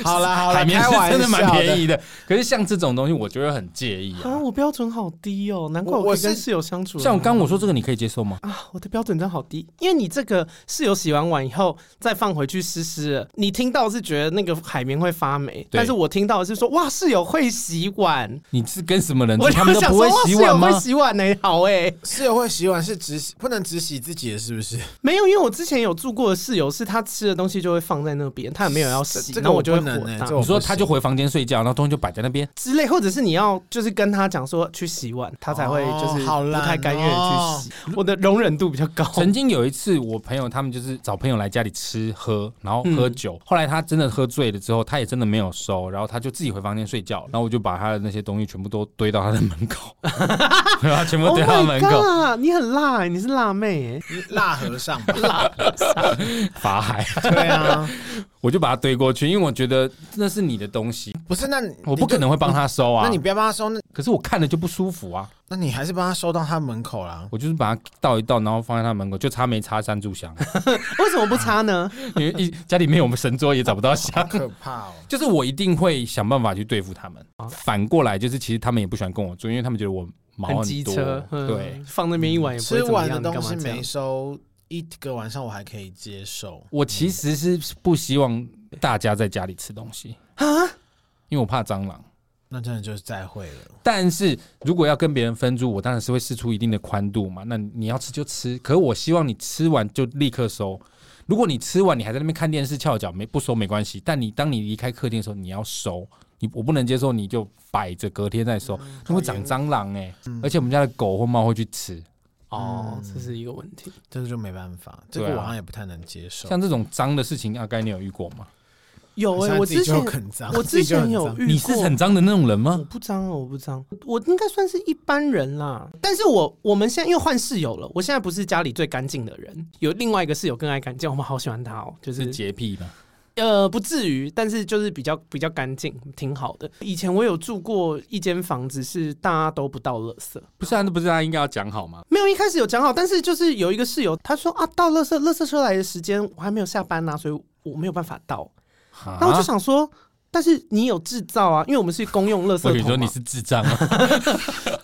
Speaker 2: 好啦好啦，
Speaker 1: 海绵是
Speaker 2: 开玩
Speaker 1: 真的蛮
Speaker 2: 笑
Speaker 1: 便宜的，可是像这种东西，我就会很介意
Speaker 3: 啊，
Speaker 1: 啊。
Speaker 3: 我标准好低哦，难怪
Speaker 2: 我
Speaker 3: 我可
Speaker 2: 我
Speaker 3: 以跟
Speaker 2: 是
Speaker 3: 室友相处了。
Speaker 1: 像我刚我说这个，你可以接受吗？
Speaker 3: 啊，我的标准真好低，因为你这个室友洗完碗以后再放回去湿湿的，你听到是觉得那个海绵会发霉，但是我听到的是说哇，室友会洗碗，
Speaker 1: 你是跟什么人住？
Speaker 3: 我
Speaker 1: 他
Speaker 3: 就
Speaker 1: 们都
Speaker 3: 想
Speaker 1: 不
Speaker 3: 说
Speaker 1: 会
Speaker 3: 哇，
Speaker 1: 洗
Speaker 3: 室
Speaker 1: 碗
Speaker 3: 友
Speaker 1: 吗
Speaker 3: 会？洗碗呢、好哎、
Speaker 2: 室友会洗碗是只洗不能只洗自己的，是不是？
Speaker 3: 没有，因为我之前有住过的室友是他吃的东西就会放在那边，他也没有要洗，
Speaker 2: 这这个
Speaker 3: 然后
Speaker 2: 我
Speaker 3: 就会
Speaker 2: 不能
Speaker 3: 火
Speaker 2: 欸
Speaker 3: 大
Speaker 2: 这我
Speaker 1: 你说
Speaker 2: 不行
Speaker 1: 他就回房间睡觉，然后东西就摆在那边。
Speaker 3: 之类，或者是你要就是跟他讲说去洗碗，他才会就是
Speaker 2: 哦好
Speaker 3: 不
Speaker 2: 懒
Speaker 3: 太甘愿
Speaker 2: 哦
Speaker 3: 去洗。我的容忍度比较高，
Speaker 1: 曾经有一次，我朋友他们就是找朋友来家里吃喝，然后喝酒。后来他真的喝醉了之后，他也真的没有收，然后他就自己回房间睡觉。然后我就把他的那些东西全部都堆到他的门口， 对吧？全部
Speaker 3: Oh
Speaker 1: 堆到他门
Speaker 3: my
Speaker 1: 口，
Speaker 3: god！你很辣哎、你是辣妹哎、
Speaker 1: 嗯
Speaker 2: 辣和尚吧？
Speaker 1: 法海。
Speaker 2: 对啊，
Speaker 1: 我就把它堆过去，因为我觉得那是你的东西，
Speaker 2: 不是那你
Speaker 1: 我不可能会帮他收啊。
Speaker 2: 那你不要帮他收，那
Speaker 1: 可是我看了就不舒服啊，
Speaker 2: 那你还是帮他收到他门 口啦。
Speaker 1: 我就是把它倒一倒，然后放在他门口，就差没插三炷香，
Speaker 3: 为什么不擦 呢？
Speaker 1: 因为一家里没有我们神桌也找不到香
Speaker 2: 好。可怕哦！
Speaker 1: 就是我一定会想办法去对付他们。
Speaker 3: 啊
Speaker 1: 反过来就是，其实他们也不喜欢跟我住，因为他们觉得我毛
Speaker 3: 很
Speaker 1: 很
Speaker 3: 机
Speaker 1: 多。
Speaker 3: 车，嗯
Speaker 1: 对，，
Speaker 3: 放那边一碗也不会
Speaker 2: 嗯吃
Speaker 3: 怎么
Speaker 2: 完
Speaker 3: 样，
Speaker 2: 的
Speaker 3: 你干
Speaker 2: 东
Speaker 3: 嘛
Speaker 2: 西
Speaker 3: 这样
Speaker 2: 没？收，一个晚上我还可以接受。
Speaker 1: 我其实是不希望大家在家里吃东西啊，因为我怕蟑螂。
Speaker 2: 那真的就是再会了，
Speaker 1: 但是如果要跟别人分租，我当然是会试出一定的宽度嘛。那你要吃就吃，可是我希望你吃完就立刻收。如果你吃完你还在那边看电视翘脚没不收没关系，但你当你离开客厅的时候你要收，你我不能接受你就摆着隔天再收，那会长蟑螂哎、而且我们家的狗或猫会去吃。
Speaker 3: 哦，这是一个问题。
Speaker 2: 这个就没办法，这个
Speaker 1: 对啊
Speaker 2: 我好像也不太能接受。
Speaker 1: 像这种脏的事情，阿该你有遇过吗？
Speaker 3: 有哎、
Speaker 2: 像
Speaker 3: 我
Speaker 2: 自己
Speaker 3: 之前
Speaker 2: 就很脏，
Speaker 3: 我
Speaker 2: 自己
Speaker 3: 之
Speaker 2: 就
Speaker 3: 前
Speaker 2: 很
Speaker 3: 有
Speaker 2: 脏
Speaker 3: 遇过，
Speaker 1: 你是很脏的那种人
Speaker 3: 我
Speaker 1: 吗？
Speaker 3: 不脏哦，我不脏，我应该算是一般人啦。但是我我们现在因为换室友了，我现在不是家里最干净的人，有另外一个室友更爱干净，我们好喜欢他哦，就是
Speaker 1: 是洁癖吗？
Speaker 3: 呃，不至于，但是就是比较比较干净，挺好的。以前我有住过一间房子，是大家都不倒垃圾，
Speaker 1: 不是啊，那不是他应该要讲好吗？
Speaker 3: 没有一开始有讲好，但是就是有一个室友他说啊，倒垃圾，垃圾车来的时间我还没有下班呐、啊所以我没有办法倒。那我就
Speaker 1: 啊
Speaker 3: 想说。但是你有制造啊，因为我们是公用垃圾
Speaker 1: 我跟
Speaker 3: 桶嘛
Speaker 1: 你，说你是智障 啊！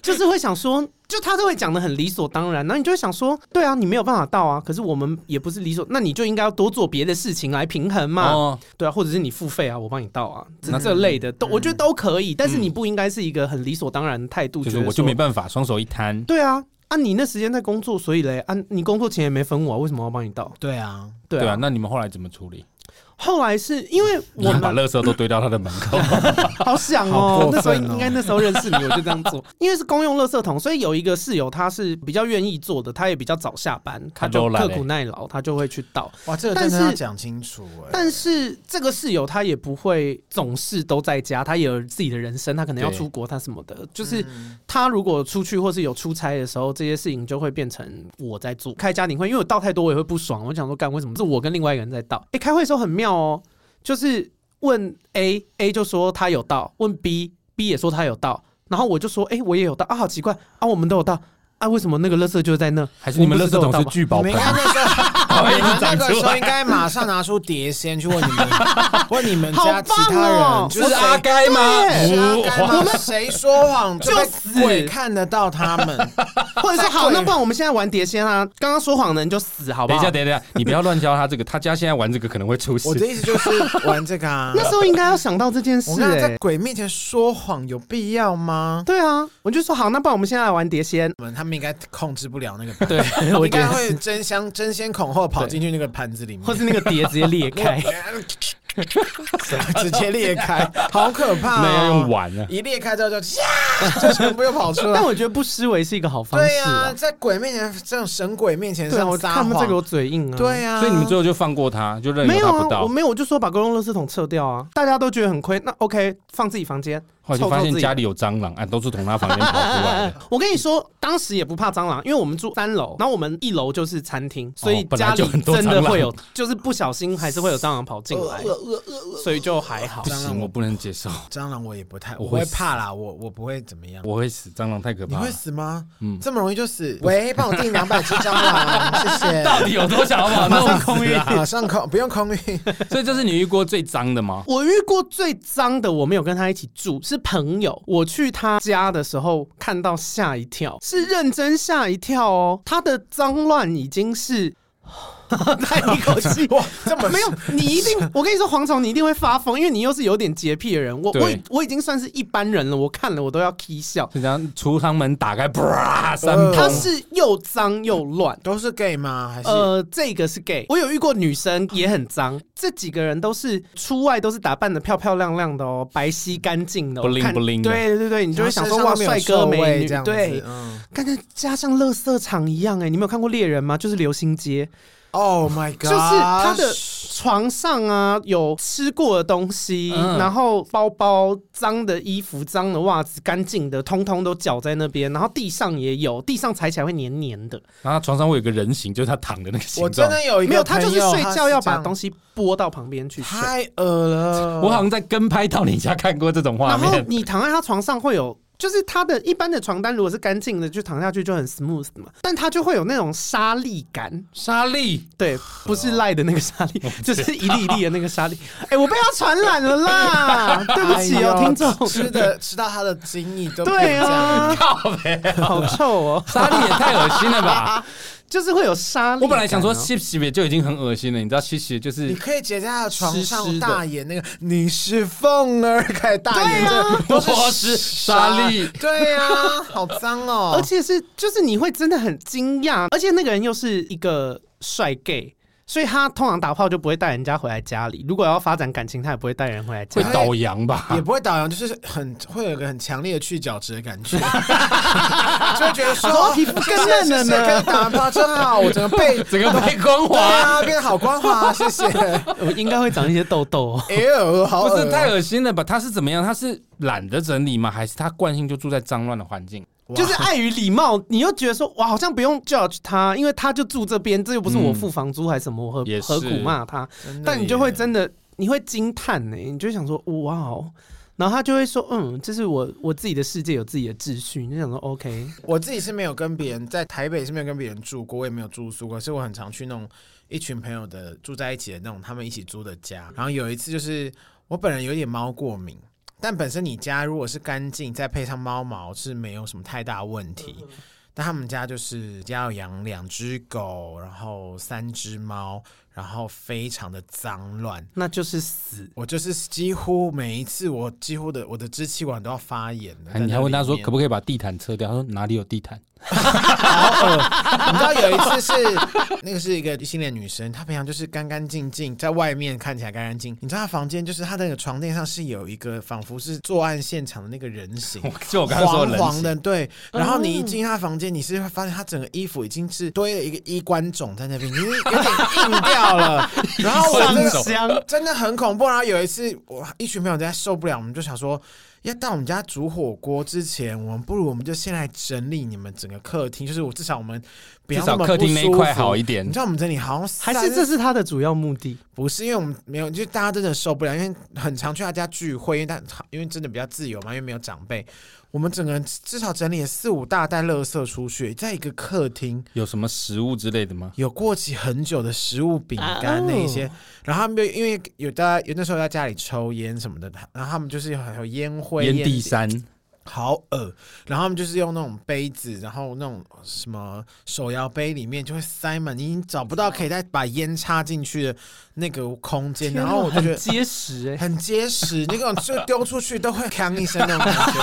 Speaker 3: 就是会想说，就他都会讲的很理所当然，然后你就会想说，对啊，你没有办法到啊，可是我们也不是理所，那你就应该要多做别的事情来平衡嘛，
Speaker 1: 哦，嗯
Speaker 3: 对啊，或者是你付费啊，我帮你到啊，这
Speaker 1: 那
Speaker 3: 这类的都我觉得都可以，但是你不应该是一个很理所当然的态度，
Speaker 1: 嗯就是
Speaker 3: 觉得
Speaker 1: 我就
Speaker 3: 说
Speaker 1: 没办法，双手一摊，
Speaker 3: 对啊，啊你那时间在工作，所以嘞，啊你工作钱也没分我、啊，为什么我要帮你到？
Speaker 2: 对啊，
Speaker 3: 对
Speaker 1: 对
Speaker 3: 啊，
Speaker 1: 啊。那你们后来怎么处理？
Speaker 3: 后来是因为
Speaker 1: 你
Speaker 3: 我
Speaker 1: 们把
Speaker 3: 们
Speaker 1: 垃圾都堆到他的门 口，
Speaker 3: 好想
Speaker 2: 好
Speaker 3: 哦
Speaker 2: 过，
Speaker 3: 那时候
Speaker 2: 分哦
Speaker 3: 应该那时候认识你，我就这样做， 因为是公用垃圾桶，所以有一个室友他是比较愿意做的，他也比较早下班，他
Speaker 1: 看
Speaker 3: 就
Speaker 1: 都来
Speaker 3: 刻
Speaker 1: 嘞
Speaker 3: 苦耐劳，他就会去倒。
Speaker 2: 哇，这个
Speaker 3: 但
Speaker 2: 真的要
Speaker 3: 是
Speaker 2: 讲清楚哎。
Speaker 3: 但是这个室友他也不会总是都在家，他也有自己的人生，他可能要
Speaker 1: 对嗯
Speaker 3: 出国，他什么的。就是他如果出去或是有出差的时候，这些事情就会变成我在做。开家庭会，因为我倒太多，我也会不爽。我想说，干为什么是我跟另外一个人在倒？诶，开会的时候很妙哦，就是问 A，A 就说他有到，问 B，B 也说他有到，然后我就说，诶，我也有到啊，好奇怪啊，我们都有到。啊，为什么那个垃圾就在那？
Speaker 1: 还是你们
Speaker 3: 我
Speaker 1: 垃
Speaker 3: 不知
Speaker 1: 圾
Speaker 3: 道
Speaker 1: 桶是
Speaker 3: 到吧啊
Speaker 1: 聚宝盆
Speaker 2: 你们？应该那 时候，
Speaker 1: 好
Speaker 2: 你们那
Speaker 1: 长
Speaker 2: 个
Speaker 1: 出
Speaker 2: 时候
Speaker 1: 来
Speaker 2: 应该马上拿出碟仙去问你 们，问你们
Speaker 3: 好
Speaker 2: 家其他
Speaker 3: 棒哦
Speaker 2: 人，就是谁
Speaker 1: 阿该吗？
Speaker 2: 是啊
Speaker 1: 不，
Speaker 2: 干嘛谁说 谎就被
Speaker 3: 死
Speaker 2: 鬼看得到他 们，
Speaker 3: 或者说好，
Speaker 2: 对
Speaker 3: 那不然我们现在玩碟仙啊？刚刚说谎的人就死，好不
Speaker 1: 等一
Speaker 3: 好
Speaker 1: 下，？等一下，你不要乱教他这个，他家现在玩这个可能会出事
Speaker 2: 我。的意思就是玩这个啊。
Speaker 3: 那时候应该要想到这件
Speaker 2: 我
Speaker 3: 事、
Speaker 2: 刚刚在
Speaker 3: 欸。
Speaker 2: 鬼面前说谎有必要吗？
Speaker 3: 对啊，我就说好，那不然我们现在来玩碟仙。
Speaker 2: 我们他们应该控制不了那个，
Speaker 1: 对，
Speaker 2: 应该
Speaker 3: 是
Speaker 2: 会争相争先恐后跑进去那个盘子里面，
Speaker 3: 或是那个碟直接裂开。
Speaker 2: 直接裂开，好可怕、哦！
Speaker 1: 那要用碗啊。
Speaker 2: 一裂开之后就呀，就全部又跑出来
Speaker 3: 但。我觉得不失为是一个好方
Speaker 2: 对
Speaker 3: 式
Speaker 2: 呀、
Speaker 3: 啊。
Speaker 2: 在鬼面前，这种神鬼面前
Speaker 3: 对啊，
Speaker 2: 上
Speaker 3: 我
Speaker 2: 撒
Speaker 3: 看
Speaker 2: 谎，
Speaker 3: 这个我嘴硬啊。
Speaker 2: 对。呀、
Speaker 1: 所以你们最后就放过他，就任
Speaker 3: 没
Speaker 1: 由
Speaker 3: 有
Speaker 1: 他不
Speaker 3: 啊，
Speaker 1: 到
Speaker 3: 我。没有，我就说把公用垃圾桶撤掉啊，大家都觉得很亏。那 OK，放自己房间。
Speaker 1: 后来就发
Speaker 3: 臭臭
Speaker 1: 现
Speaker 3: 自己
Speaker 1: 家里有蟑螂，啊，都是从他房间跑出来的。
Speaker 3: 我跟你说，当时也不怕蟑螂，因为我们住三楼，然后我们一楼就是餐厅，所以
Speaker 1: 哦本来
Speaker 3: 家里
Speaker 1: 就很多
Speaker 3: 真的
Speaker 1: 蟑螂
Speaker 3: 会有，就是不小心还是会有蟑螂跑进 来，所以就还好
Speaker 1: 不。
Speaker 2: 蟑螂
Speaker 1: 行，
Speaker 2: 我
Speaker 1: 我不能接受，
Speaker 2: 蟑螂我也不太，
Speaker 1: 我
Speaker 2: 我
Speaker 1: 会
Speaker 2: 会怕啦，我我不会怎么样。
Speaker 1: 我会死，蟑螂太可
Speaker 2: 你
Speaker 1: 怕
Speaker 2: 会
Speaker 1: 了。
Speaker 2: 死吗？
Speaker 1: 嗯
Speaker 2: 这么容易就死？喂，帮我订两百只蟑螂，谢谢。
Speaker 1: 底有多想要跑
Speaker 2: 马哦上
Speaker 1: 空
Speaker 2: 运，马上空，不用空运。
Speaker 1: 所以这是你遇过最脏的吗？
Speaker 3: 我遇过最脏的，我没有跟他一起住，是朋友。我去他家的时候，看到吓一跳，是认真吓一跳哦。他的脏乱已经是。叹一口气，
Speaker 2: 哇，这么
Speaker 3: 没有你一定，我跟你说，黄虫你一定会发疯，因为你又是有点洁癖的人。我我已
Speaker 1: 对
Speaker 3: 我已经算是一般人了，我看了我都要 k 笑。
Speaker 1: 就这样，厨房门打开，啪，三
Speaker 2: 呃
Speaker 3: 他
Speaker 1: 蹦。
Speaker 3: 是又脏又乱，
Speaker 2: 都是 gay 吗？还是、
Speaker 3: 呃，这个是 gay，我有遇过女生也很脏，这几个人都是出外都是打扮的漂漂亮亮的哦，白皙干净的、哦，
Speaker 1: 不灵
Speaker 3: 看
Speaker 1: 不灵的
Speaker 3: 对对对，你就会想说哇，
Speaker 2: 然后身上
Speaker 3: 帅
Speaker 2: 都没有臭
Speaker 3: 哥
Speaker 2: 味
Speaker 3: 美女
Speaker 2: 这，样子
Speaker 3: 对。
Speaker 2: 嗯
Speaker 3: 看着家像垃圾场一样哎、你没有看过猎人吗？就是流星街，
Speaker 2: ，Oh my God，
Speaker 3: 就是他的床上啊有吃过的东西，
Speaker 1: 嗯
Speaker 3: 然后包包、脏的衣服、脏的袜子、干净的，通通都搅在那边，然后地上也有，地上踩起来会黏黏的。
Speaker 1: 然后床上会有一个人形，就是他躺的那个形
Speaker 2: 我真
Speaker 1: 状。
Speaker 2: 的有一个
Speaker 3: 没有，他就是
Speaker 2: 朋友
Speaker 3: 睡觉要把东
Speaker 2: 西
Speaker 3: 西拨到旁边去睡。
Speaker 2: 太恶了，
Speaker 1: 我好像在跟拍到你家看过这种画
Speaker 3: 然后
Speaker 1: 面。
Speaker 3: 你躺在他床上会有，就是他的一般的床单如果是干净的，就躺下去就很 smooth 嘛，但他就会有那种沙粒感，
Speaker 1: 沙粒，
Speaker 3: 对，不是赖的那个沙粒，就是一粒一粒的那个沙粒。哎、我被他传染了啦，对不起哦，
Speaker 2: 哎呦
Speaker 3: 听众，
Speaker 2: 吃的吃到他的精液都
Speaker 3: 对
Speaker 2: 啊。
Speaker 3: 啊，
Speaker 1: 靠呗，
Speaker 3: 好臭哦，
Speaker 1: 沙粒也太恶心了 吧！
Speaker 3: 就是会有沙粒感哦、
Speaker 1: 我本来想说吸吸也就已经很恶心了，你知道吸吸就是
Speaker 2: 你可以直接在他的床
Speaker 3: 湿湿
Speaker 2: 上
Speaker 3: 的
Speaker 2: 大演那个你是凤儿，开始大演
Speaker 3: 对
Speaker 2: 这
Speaker 3: 啊
Speaker 2: 个都
Speaker 1: 我是
Speaker 2: 是
Speaker 1: 沙粒
Speaker 2: 对呀，好脏哦，
Speaker 3: 而且是就是你会真的很惊讶，而且那个人又是一个帅 gay，所以他通常打炮就不会带人家回来家里。如果要发展感情，他也不会带人回来家
Speaker 1: 会
Speaker 3: 里。
Speaker 1: 倒羊吧
Speaker 3: 啊
Speaker 2: 也？不会打烊，就是很会有一个很强烈的去角质的感 觉，就会觉得
Speaker 3: 好
Speaker 2: 说
Speaker 3: 皮肤更嫩了呢
Speaker 2: 谢谢跟你打完炮真好，我整个 背
Speaker 1: 整个被光
Speaker 2: 对
Speaker 1: 滑，
Speaker 2: 啊，变得好光滑，谢谢。
Speaker 3: 我应该会长一些痘痘、哦。
Speaker 2: 哎呦，好恶
Speaker 1: 不是
Speaker 2: 哦
Speaker 1: 太恶心了吧？他是怎么样？他是懒得整理吗？还是他惯性就住在脏乱的环境？
Speaker 2: 哇
Speaker 3: 就是碍于礼貌，你又觉得说哇，好像不用 judge 他，因为他就住这边，这又不是我付房租还是什么，我何
Speaker 1: 也是
Speaker 3: 何苦骂他？
Speaker 2: 真的
Speaker 3: 但你就会
Speaker 2: 耶
Speaker 3: 真的你会惊叹呢，你就会想说哇哦。然后他就会说，嗯，这是我我自己的世界，有自己的秩序。你就想说，OK，
Speaker 2: 我自己是没有跟别人在台北是没有跟别人住过，我也没有住宿过，可是我很常去那种一群朋友的住在一起的那种他们一起租的家。然后有一次就是我本人有点猫过敏，但本身你家如果是干净，再配上猫毛是没有什么太大问题。但他们家就是家要养两只狗，然后三只猫，然后非常的脏乱。
Speaker 3: 那就是死。
Speaker 2: 我就是几乎每一次，我几乎的我的支气管都要发炎了。
Speaker 1: 还哎你还问他说可
Speaker 2: 不？
Speaker 1: 不可以把地毯撤掉？他说哪里有地毯？
Speaker 2: 你知道有一次是那个是一个异性恋女生，她平常就是干干净净，在外面看起来干干净。你知道她房间就是她的那个床垫上是有一个仿佛是作案现场的那个人形，
Speaker 1: 就 我刚刚说
Speaker 2: 黄
Speaker 1: 的人
Speaker 2: 黄
Speaker 1: 形
Speaker 2: 的，对。然后你一进她房间，你是会发现她整个衣服已经是堆了一个衣冠冢在那边，已经有点硬 掉了。然后我真
Speaker 3: 上
Speaker 2: 的
Speaker 3: 香，
Speaker 2: 真的很恐怖。然后有一次，我一群朋友在受不了，我们就想说，要到我们家煮火锅之前，我们不如我们就先来整理你们整个客厅，就是我至少我们不
Speaker 1: 至
Speaker 2: 要
Speaker 1: 少
Speaker 2: 那么
Speaker 1: 客厅那一
Speaker 2: 不舒
Speaker 1: 块
Speaker 2: 服
Speaker 1: 好一点
Speaker 2: 你知。道我们整理好像
Speaker 3: 还
Speaker 2: 三
Speaker 3: 是这是他的主要目的？
Speaker 2: 不是因为我们没有，就大家真的受不了，因为很常去他家聚会，因为他因为真的比较自由嘛，因为没有长辈，我们整个人至少整理了四五大袋垃圾出去，在一个客厅。
Speaker 1: 有什么食物之类的吗？
Speaker 2: 有过期很久的食物、饼干那一些，嗯然后他们就因为有大家有那时候在家里抽烟什么的，然后他们就是还有烟灰、
Speaker 1: 烟蒂山，
Speaker 2: 好恶，然后他们就是用那种杯子，然后那种什么手摇杯里面就会塞满，你已经找不到可以再把烟插进去的那个空间，然后我就觉
Speaker 3: 啊很
Speaker 2: 得。
Speaker 3: 结实哎、
Speaker 2: 很结实，那种就丢出去都会 扛一声那种感觉。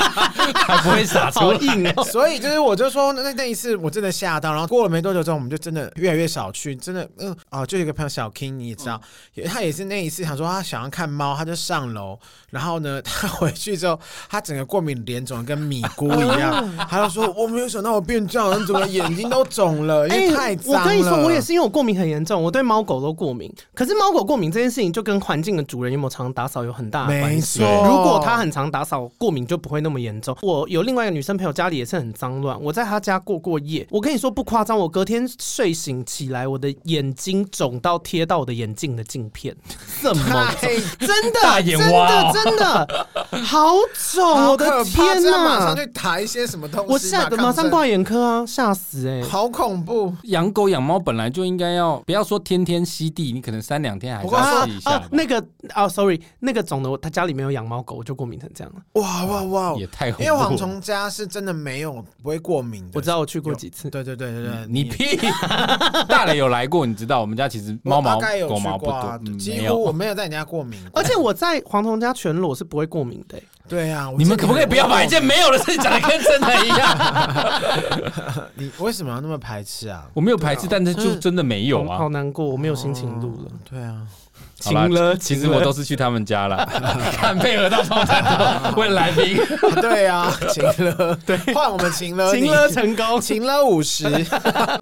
Speaker 1: 还不会洒出
Speaker 3: 好硬哦、
Speaker 2: 所以就是，我就说那那一次我真的吓到，然后过了没多久之后，我们就真的越来越少去，真的，嗯，哦，就有一个朋友小 King，你也知道，
Speaker 3: 嗯
Speaker 2: 也他也是那一次想说他想要看猫，他就上楼，然后呢，他回去之后，他整个过敏脸肿得跟米糊一样，
Speaker 3: 哦
Speaker 2: 他就说我没有想到我变这样，你怎么眼睛都肿了，因为太脏了。
Speaker 3: 哎我跟你说，我也是因为我过敏很严重，我对猫狗都过敏。可是猫狗过敏这件事情，就跟环境的主人有没有常打扫有很大的关系。
Speaker 2: 没错，
Speaker 3: 如果他很常打扫，过敏就不会那么严重。我有另外一个女生朋友，家里也是很脏乱，我在她家过过夜。我跟你说不夸张，我隔天睡醒起来，我的眼睛肿到贴到我的眼镜的镜 片，这么
Speaker 2: 太
Speaker 3: 真的
Speaker 1: 大眼蛙哦
Speaker 3: 真的真的好肿，
Speaker 2: 好
Speaker 3: 我的
Speaker 2: 可怕，
Speaker 3: 天
Speaker 2: 这样马
Speaker 3: 哪
Speaker 2: 上！去打一些什么东西，
Speaker 3: 我吓得马上
Speaker 2: 挂，
Speaker 3: 挂眼科啊，吓死哎、
Speaker 2: 好恐怖。
Speaker 1: 养狗养猫本来就应该要，不要说天天吸地，你可能三两天还是
Speaker 2: 我刚
Speaker 1: 要
Speaker 2: 刚
Speaker 1: 吸一下吧。
Speaker 3: 啊那个哦，sorry，那个总的，他家里没有养猫狗，我就过敏成这样了。
Speaker 2: 哇哇哇！
Speaker 1: 也太恐
Speaker 2: 因为蝗
Speaker 1: 怖了。
Speaker 2: 虫家是真的没有不会过敏的，
Speaker 3: 我知道我去过几次，
Speaker 2: 对对对对对，
Speaker 1: 你屁！ 大雷有来过，你知道我们家其实
Speaker 2: 啊我
Speaker 1: 猫毛
Speaker 2: 大概有
Speaker 1: 狗
Speaker 2: 去
Speaker 1: 毛不
Speaker 2: 过啊
Speaker 1: 多，嗯没
Speaker 2: 几乎我
Speaker 1: 有。哦
Speaker 2: 没有在人家过敏。
Speaker 3: 而且我在黄铜家全裸是不会过敏的欸、
Speaker 2: 对啊，我
Speaker 1: 你们
Speaker 2: 记
Speaker 1: 可
Speaker 2: 得
Speaker 1: 不可以不要把一件没有的事情讲的跟真的一 样？
Speaker 2: 你为什么要那么排斥啊？
Speaker 1: 我没有排斥，但是就真的没有
Speaker 3: 好
Speaker 1: 啊
Speaker 3: 好。难过，我没有心情录了。
Speaker 2: 对啊，
Speaker 1: 好啦
Speaker 3: 晴了
Speaker 1: 其实
Speaker 3: 晴了
Speaker 1: 我都是去他们家啦， 看配合到爆炸问来 宾，
Speaker 2: 对啊，晴了，对，换我们晴了，
Speaker 3: 晴了成功
Speaker 2: 你，晴了 五十，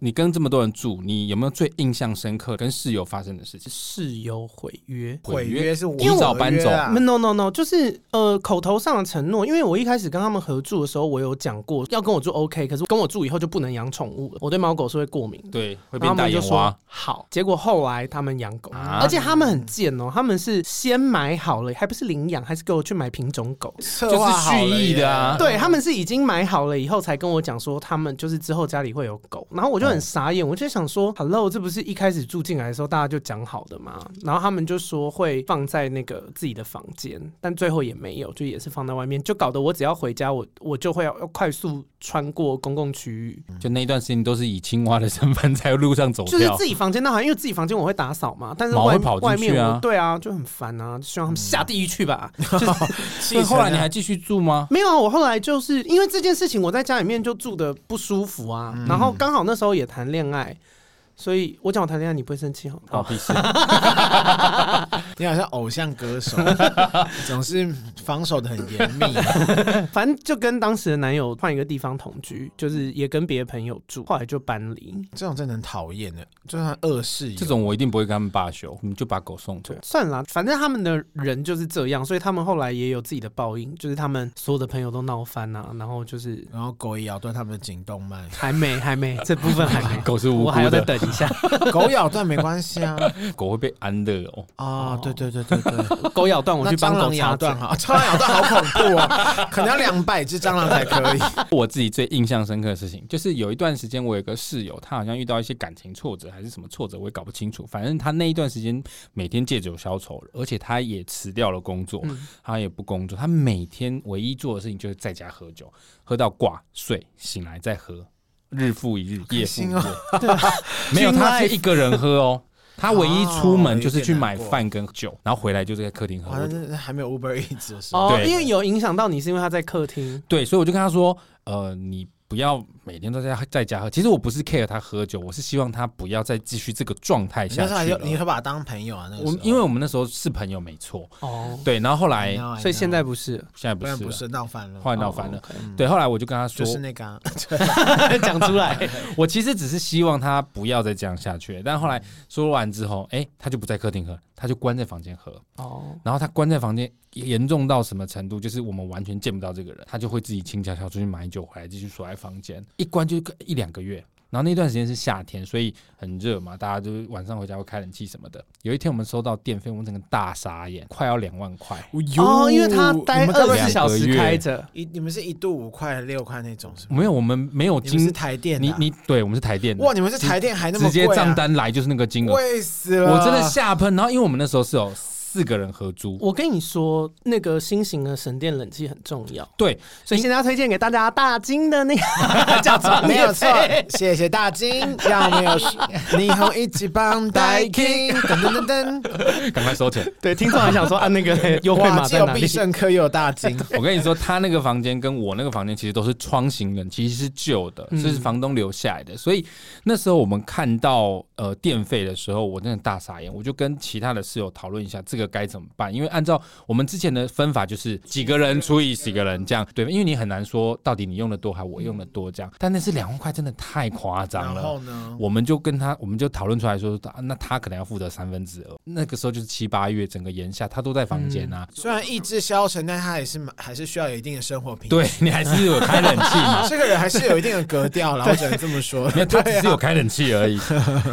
Speaker 1: 你跟这么多人住，你有没有最印象深刻跟室友发生的事情？
Speaker 3: 室友毁约。
Speaker 2: 毁约啊是我
Speaker 1: 因为我
Speaker 2: 早搬走，
Speaker 3: No no no，就是呃口头上的承诺，因为我一开始跟他们合住的时候，我有讲过要跟我住 OK，可是跟我住以后就不能养宠物了，我对猫狗是会过敏的。
Speaker 1: 对，会
Speaker 3: 然后
Speaker 1: 变
Speaker 3: 他
Speaker 1: 大
Speaker 3: 们就
Speaker 1: 眼蛙
Speaker 3: 说。好，结果后来他们养狗，
Speaker 1: 啊
Speaker 3: 而且他们很贱哦，他们是先买好了，还不是领养，还是给我去买品种狗。
Speaker 2: 策
Speaker 1: 就是
Speaker 2: 划好了
Speaker 1: 蓄意的啊
Speaker 2: 耶
Speaker 3: 对他们是已经买好了以后才跟我讲说，他们就是之后家里会有狗，然后我就
Speaker 1: 哦
Speaker 3: 很傻眼，我就想说，Hello，这不是一开始住进来的时候大家就讲好的吗？然后他们就说会放在那个自己的房间，但最后也没有，就也是放在外面，就搞得我只要回家，我我就会要要快速穿过公共区域，
Speaker 1: 就那一段时间都是以青蛙的身份在路上走
Speaker 3: 就是
Speaker 1: 掉
Speaker 3: 自，己房间那好像因为自己房间我会打扫嘛，但是
Speaker 1: 毛
Speaker 3: 外
Speaker 1: 会跑进
Speaker 3: 外
Speaker 1: 去啊嗯
Speaker 3: 面我对啊就很烦啊，就希望他们下地狱去吧。
Speaker 1: 所以后来你还继续住吗？
Speaker 3: 没有啊，我后来就是因为这件事情，我在家里面就住的不舒服啊，
Speaker 1: 嗯
Speaker 3: 然后刚好那时候也谈恋爱，所以我讲我谈恋爱你不会生气哦哈。
Speaker 1: 好，
Speaker 2: 哦
Speaker 1: 屁事！
Speaker 2: 你好像偶像歌 手，总是防守的很严密。
Speaker 3: 反正就跟当时的男友换一个地方同居，就是也跟别的朋友住，后来就搬离。
Speaker 2: 这种真的很讨厌的，就算恶室 友
Speaker 1: 这种我一定不会跟他们罢休，我们就把狗送走。，
Speaker 3: 算了啦，反正他们的人就是这样，所以他们后来也有自己的报应，就是他们所有的朋友都闹翻啊，然后就是
Speaker 2: 然后狗也咬断他们的颈动脉。
Speaker 3: 还没还没这部分还没
Speaker 1: 狗是无
Speaker 3: 我还
Speaker 1: 辜
Speaker 3: 要再
Speaker 1: 的，
Speaker 3: 等一
Speaker 1: 一下，
Speaker 2: 狗咬断没关系 啊。
Speaker 1: 狗会被安乐哦。
Speaker 2: 哦，对对对对对，
Speaker 3: 狗咬断，我
Speaker 2: 那
Speaker 3: 去帮
Speaker 2: 蟑
Speaker 3: 狗
Speaker 2: 螂
Speaker 3: 擦
Speaker 2: 咬
Speaker 3: 嘴
Speaker 2: 断。哈，蟑螂咬断好 恐 怖哦，可能要两百只蟑螂才可以。
Speaker 1: 我自己最印象深刻的事情，就是有一段时间，我有一个室友，他好像遇到一些感情挫折还是什么挫折，我也搞不清楚。反正他那一段时间每天借酒消愁，而且他也辞掉了工作，
Speaker 3: 嗯
Speaker 1: 他也不工作，他每天唯一做的事情就是在家喝酒，喝到挂睡，醒来再喝，日复一日，夜复一
Speaker 2: 心
Speaker 1: 夜。
Speaker 2: 哦
Speaker 3: 啊
Speaker 1: 没有，
Speaker 3: Dream
Speaker 1: 他是一个人喝哦。他唯一出门就是
Speaker 3: 啊
Speaker 1: 去买
Speaker 2: 哦有点
Speaker 1: 饭跟酒，然后回来就是在客厅喝。
Speaker 2: 哇，
Speaker 1: 我
Speaker 2: 那
Speaker 1: 就
Speaker 2: 那还没有 Uber Eats 的时候，
Speaker 3: 哦，
Speaker 1: 对
Speaker 3: 因为有影响到你，是因为他在客厅。
Speaker 1: 对，所以我就跟他说，呃，你不要每天都在在家喝。其实我不是 care 他喝酒，我是希望他不要再继续这个状态
Speaker 2: 你
Speaker 1: 下
Speaker 2: 那时候还
Speaker 1: 去
Speaker 2: 有
Speaker 1: 了。
Speaker 2: 你会把他当朋友啊？那个
Speaker 1: 我
Speaker 2: 时
Speaker 1: 们
Speaker 2: 候
Speaker 1: 因为我们那时候是朋友没错，
Speaker 3: 哦，
Speaker 1: 对。然后后来
Speaker 2: I know, I know
Speaker 3: 所以现在 不是
Speaker 1: 现在不
Speaker 2: 嗯不然
Speaker 1: 是
Speaker 2: 不
Speaker 1: 了，
Speaker 2: 是闹翻了，
Speaker 1: 后来闹翻了
Speaker 3: 哦。，OK
Speaker 1: 对，后来我就跟他说
Speaker 2: 就，是那 个啊
Speaker 3: 讲出来。
Speaker 1: 我其实只是希望他不要再这样下去。但后
Speaker 2: 嗯
Speaker 1: 来说完之后，哎，他就不在客厅喝，他就关在房间喝。
Speaker 3: 哦，
Speaker 1: 然后他关在房间严重到什么程度？就是我们完全见不到这个人，他就会自己轻悄悄出去买酒回来，继续锁在房间，一关就个一两个月。然后那段时间是夏天，所以很热嘛，大家就是晚上回家会开冷气什么的。有一天我们收到电费，我们整个大傻眼，快要两万块。
Speaker 3: 哦，因为他待
Speaker 2: 你们
Speaker 3: 二
Speaker 1: 不
Speaker 3: 十
Speaker 1: 是
Speaker 3: 四小
Speaker 1: 两
Speaker 3: 时
Speaker 1: 个月
Speaker 3: 开着，
Speaker 2: 一你们是一度五块六块那种是吗？
Speaker 1: 没有，我们没有
Speaker 2: 你们是
Speaker 1: 经，
Speaker 2: 台电的
Speaker 1: 嗯你
Speaker 2: 啊，
Speaker 1: 你对我们是台电的，
Speaker 2: 哇，你们是台电还那么
Speaker 1: 直接
Speaker 2: 贵啊啊
Speaker 1: 账，单来就是那个金额，
Speaker 2: 贵死了！
Speaker 1: 我真的吓喷。然后因为我们那时候是有四个人合租，
Speaker 3: 我跟你说，那个新型的省电冷气很重要，
Speaker 1: 对，
Speaker 3: 所以现在要推荐给大家大金的那 个假 装
Speaker 2: 没有错
Speaker 3: 免费，
Speaker 2: 谢谢大金，让我们有 霓虹一起帮大金，噔噔噔噔，
Speaker 1: 赶快收钱。
Speaker 3: 对，听众还想说啊， 那个优惠
Speaker 2: 哇，
Speaker 3: 码
Speaker 2: 既
Speaker 3: 在
Speaker 2: 有
Speaker 3: 哪里
Speaker 2: 必？胜客又有大金，
Speaker 1: 我跟你说，他那个房间跟我那个房间其实都是窗型冷气，其实是旧的，
Speaker 3: 嗯
Speaker 1: 这是房东留下来的。所以那时候我们看到呃电费的时候，我真的大傻眼。我就跟其他的室友讨论一下这个该怎么办，因为按照我们之前的分法，就是几个人除以几个人这样，对，因为你很难说到底你用的多还我用的多这样。但那是两万块，真的太夸张
Speaker 2: 然
Speaker 1: 了。
Speaker 2: 后呢？
Speaker 1: 我们就跟他，我们就讨论出来说，啊那他可能要负责三分之二。那个时候就是七八月，整个炎夏他都在房间啊，
Speaker 2: 虽然意志消沉，但他还是蛮还是需要有一定的生活 品。，
Speaker 1: 对你还是有开冷气嘛，
Speaker 2: 这个人还是有一定的格 调啦，我只能这么说。
Speaker 1: 没有，他只
Speaker 2: 对
Speaker 1: 是
Speaker 2: 啊
Speaker 1: 有开冷气而已。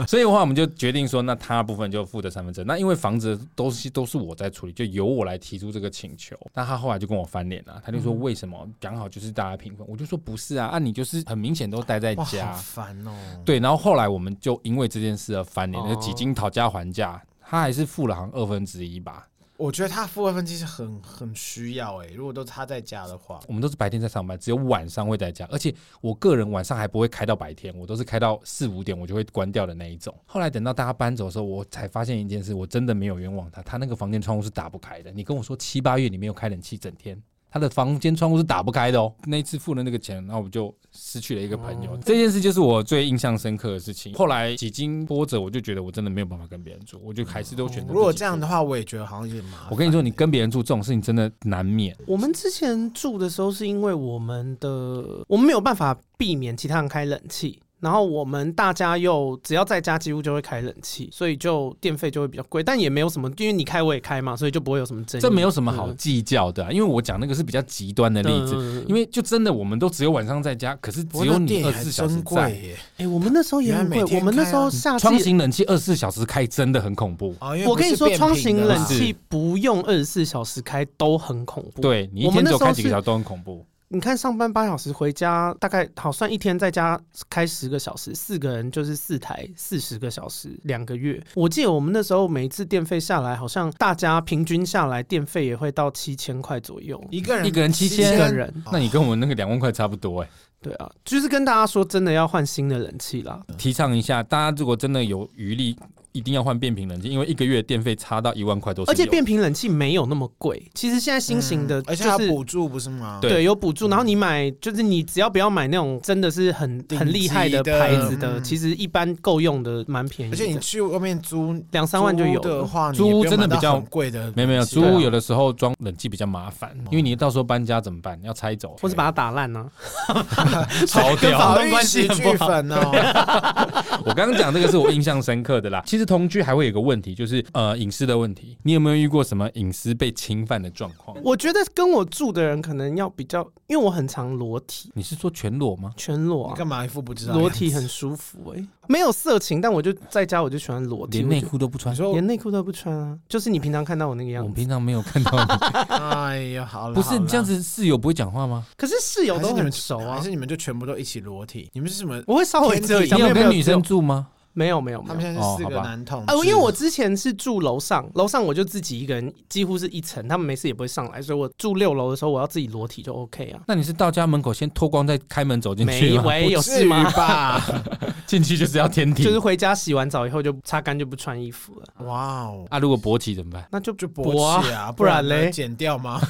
Speaker 1: 所以的话，我们就决定说，那他的部分就负责三分之二。那因为房子的东西都是我在处理，就由我来提出这个请求。那他后来就跟我翻脸啊了，他就说
Speaker 2: 嗯
Speaker 1: 为什么讲好就是大家平分？我就说不是啊，啊你就是很明显都待在
Speaker 2: 哇，
Speaker 1: 家
Speaker 2: 好，烦哦。
Speaker 1: 对。然后后来我们就因为这件事而翻脸，
Speaker 3: 哦
Speaker 1: 那几经讨价还价，他还是付了好像二分之一吧。
Speaker 2: 我觉得他负二分之一是很很需要欸诶、如果都他在家的话，
Speaker 1: 我们都是白天在上班，只有晚上会在家，而且我个人晚上还不会开到白天，我都是开到四五点我就会关掉的那一种。后来等到大家搬走的时候，我才发现一件事，我真的没有冤枉他，他那个房间窗户是打不开的。你跟我说七八月你没有开冷气，整天。他的房间窗户是打不开的哦。那一次付了那个钱，然后我就失去了一个朋
Speaker 2: 哦
Speaker 1: 友。这件事就是我最印象深刻的事情。后来几经波折，我就觉得我真的没有办法跟别人住，我就还是都选择。
Speaker 2: 哦如果这样的，话，我也觉得好像有点麻烦。
Speaker 1: 我跟你说，你跟别人住这种事情真的难免。
Speaker 3: 我们之前住的时候，是因为我们的我们没有办法避免其他人开冷气，然后我们大家又只要在家，几乎就会开冷气，所以就电费就会比较贵，但也没有什么，因为你开我也开嘛，所以就不会有什么争议。
Speaker 1: 这没有什么好计较的啊、因为我讲那个是比较极端的
Speaker 3: 的
Speaker 1: 例子，因
Speaker 3: 嗯
Speaker 1: 为就真的我们都只有晚上在家，可是
Speaker 2: 不
Speaker 1: 只
Speaker 2: 过
Speaker 1: 有
Speaker 2: 那
Speaker 1: 你
Speaker 2: 电
Speaker 1: 二
Speaker 2: 也
Speaker 1: 十
Speaker 2: 很
Speaker 1: 四小时
Speaker 2: 珍贵
Speaker 1: 在。
Speaker 2: 耶
Speaker 3: 哎、我们那时候也很贵，
Speaker 2: 原来每天
Speaker 3: 我们那时候夏
Speaker 1: 窗
Speaker 3: 季。
Speaker 1: 型冷气二十四小时开真的很恐怖，
Speaker 2: 哦，因为
Speaker 3: 我
Speaker 2: 不
Speaker 3: 跟你
Speaker 2: 是
Speaker 3: 说，
Speaker 2: 变
Speaker 3: 窗
Speaker 2: 频
Speaker 3: 型
Speaker 2: 的
Speaker 3: 冷
Speaker 2: 嘛
Speaker 3: 气不用二十四小时开都很恐怖。，
Speaker 1: 对你一
Speaker 3: 我们
Speaker 1: 天
Speaker 3: 那
Speaker 1: 只有
Speaker 3: 时候
Speaker 1: 开几个
Speaker 3: 是
Speaker 1: 小时都很恐怖。
Speaker 3: 你看上班八小时，回家大概好算一天在家开十个小时，四个人就是四台四十个小时，两个月。我记得我们那时候每一次电费下来，好像大家平均下来电费也会到七千块左右。
Speaker 2: 一个人
Speaker 1: 一个人
Speaker 2: 七哦
Speaker 1: 7000
Speaker 3: 一个人，
Speaker 1: 那你跟我们那个两万块差不多哎、
Speaker 3: 对啊，就是跟大家说，真的要换新的冷气啦。
Speaker 2: 哦
Speaker 1: 提倡一下，大家如果真的有余力，一定要换变频冷气，因为一个月电费差到一万块都是有。
Speaker 3: 而且变频冷气没有那么贵，其实现在新型的
Speaker 2: 嗯而且
Speaker 3: 就
Speaker 2: 还
Speaker 3: 是
Speaker 2: 有补嗯助不是吗？
Speaker 1: 对
Speaker 3: 对，有补助。然后你买，就是你只要不要买那种真的是很
Speaker 2: 顶级
Speaker 3: 很厉害的
Speaker 2: 的
Speaker 3: 牌子的，
Speaker 2: 嗯
Speaker 3: 其实一般够用的蛮便宜
Speaker 2: 而
Speaker 3: 的。
Speaker 2: 且你去外面租
Speaker 3: 两三万就有
Speaker 2: 租的
Speaker 3: 了。
Speaker 2: 话，你
Speaker 1: 租
Speaker 2: 也不用
Speaker 1: 真的
Speaker 2: 买到
Speaker 1: 比较
Speaker 2: 很贵的，
Speaker 1: 没有没有，租
Speaker 2: 租
Speaker 3: 对啊哦
Speaker 1: 屋有的时候装冷气比较麻烦，因为你到时候搬家怎么办？要拆走，
Speaker 3: 或是把它打烂呢、
Speaker 1: 烧
Speaker 3: 跟
Speaker 1: 掉。
Speaker 2: 法
Speaker 3: 房东
Speaker 2: 律
Speaker 3: 关系
Speaker 2: 喜
Speaker 3: 很不好
Speaker 2: 剧 粉哦，
Speaker 1: 我刚刚讲这个是我印象深刻的啦。其实同居还会有一个问题，就是呃隐私的问题。你有没有遇过什么隐私被侵犯的状况？
Speaker 3: 我觉得跟我住的人可能要比较，因为我很常裸体，
Speaker 1: 你是说全裸吗？
Speaker 3: 全裸
Speaker 2: 你
Speaker 3: 啊、
Speaker 2: 干嘛一副不知道的
Speaker 3: 裸
Speaker 2: 样子？
Speaker 3: 体很舒服哎、没有色情，但我就在家我就喜欢裸体，
Speaker 1: 连
Speaker 3: 我
Speaker 1: 内
Speaker 3: 就
Speaker 1: 裤都不穿
Speaker 2: 你。说
Speaker 3: 连内裤都不穿啊，就是你平常看到我那个
Speaker 1: 我
Speaker 3: 样
Speaker 1: 们
Speaker 3: 子。
Speaker 1: 平常没有看到你，
Speaker 2: 哎呀，好了，
Speaker 1: 不是
Speaker 2: 好了
Speaker 1: 你这样，子室友不会讲话吗？
Speaker 3: 可是室友
Speaker 2: 还是
Speaker 3: 都
Speaker 2: 你
Speaker 3: 很
Speaker 2: 们
Speaker 3: 熟啊
Speaker 2: 还，是你们就全部都一起裸体？你们是什么？
Speaker 3: 我会稍微遮一下。
Speaker 1: 你
Speaker 3: 没
Speaker 1: 有
Speaker 3: 没
Speaker 1: 跟女
Speaker 3: 只有
Speaker 1: 生住吗？
Speaker 3: 没有没有没
Speaker 2: 他
Speaker 3: 有
Speaker 2: 们。现在
Speaker 1: 哦
Speaker 2: 是四个
Speaker 1: 好吧
Speaker 2: 男同志，
Speaker 3: 啊，因为我之前是住楼上，楼上我就自己一个人，几乎是一层，他们没事也不会上来，所以我住六楼的时候，我要自己裸体就 OK 啊。
Speaker 1: 那你是到家门口先脱光再开门走进去
Speaker 3: 没
Speaker 1: 吗？
Speaker 3: 喂，有
Speaker 2: 不至
Speaker 3: 事
Speaker 2: 于
Speaker 3: 吗？
Speaker 2: 吧？
Speaker 1: 进去就是要天体。
Speaker 3: 就是回家洗完澡以后就擦干就不穿衣服了，
Speaker 2: 哇哦，
Speaker 1: 啊，如果勃起怎么办？
Speaker 3: 那就就
Speaker 2: 就勃起啊，
Speaker 3: 不然
Speaker 2: 呢
Speaker 3: 嘞？
Speaker 2: 剪掉吗？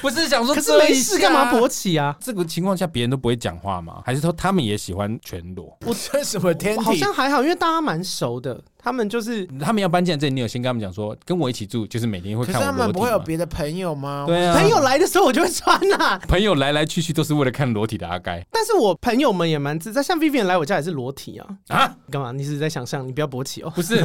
Speaker 1: 不是想说
Speaker 3: 可是没事干嘛勃
Speaker 1: 勃？
Speaker 3: 起啊？
Speaker 1: 这个情况下别人都不会讲话吗？还是说他们也喜欢全裸？
Speaker 2: 我 这什么天
Speaker 3: 我好
Speaker 2: 体？
Speaker 3: 像还好，因为大家蛮熟的，他们就是
Speaker 1: 他们要搬进来这里，你有先跟他们讲说，跟我一起住，就是每天会
Speaker 2: 可是
Speaker 1: 看
Speaker 2: 他
Speaker 1: 我裸体
Speaker 2: 们不会有
Speaker 1: 吗
Speaker 2: 别的哦朋友吗？
Speaker 1: 对啊，
Speaker 3: 朋友来的时候我就会穿啊。
Speaker 1: 朋友来来去去都是为了看裸体的阿该
Speaker 3: 但是我朋友们也蛮自在，像 Vivian 来我家也是裸体啊。
Speaker 1: 啊，
Speaker 3: 干嘛？你是在想象？你不要勃起哦。
Speaker 1: 不 是，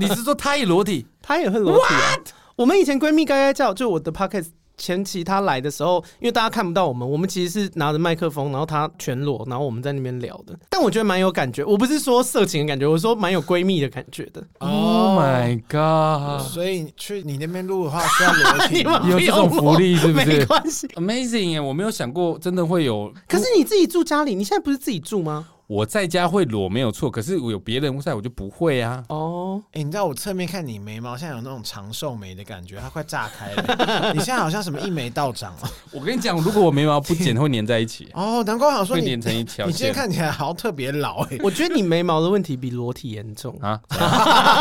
Speaker 1: 你是说他也裸体？
Speaker 3: 她也会裸体啊。我们以前闺蜜该该叫，就我的 podcast 前期她来的时候，因为大家看不到我们，我们其实是拿着麦克风，然后她全裸，然后我们在那边聊的。但我觉得蛮有感觉，我不是说色情的感觉，我说蛮有闺蜜的感觉的。
Speaker 1: Oh my god！
Speaker 2: 所以去你那边录的话需要裸体
Speaker 3: 你
Speaker 2: 吗
Speaker 3: 们？
Speaker 1: 有这种福利是不是
Speaker 3: 没关系。
Speaker 1: Amazing 耶！我没有想过真的会有，
Speaker 3: 可是你自己住家里，你现在不是自己住吗？
Speaker 1: 我在家会裸没有错，可是我有别人在我就不会啊。
Speaker 3: 哦，
Speaker 2: 哎、你知道我侧面看你眉毛，现在有那种长寿眉的感觉，它快炸开了。你现在好像什么一眉道长了。
Speaker 1: 我跟你讲，如果我眉毛不 剪会粘在一起，
Speaker 2: 哦，难怪我想说
Speaker 1: 会
Speaker 2: 你，
Speaker 1: 连成
Speaker 2: 你
Speaker 1: 一条
Speaker 2: 今天
Speaker 1: 线
Speaker 2: 看起来好像特别老哎、
Speaker 3: 我觉得你眉毛的问题比裸体严重。
Speaker 1: 啊。
Speaker 2: 哦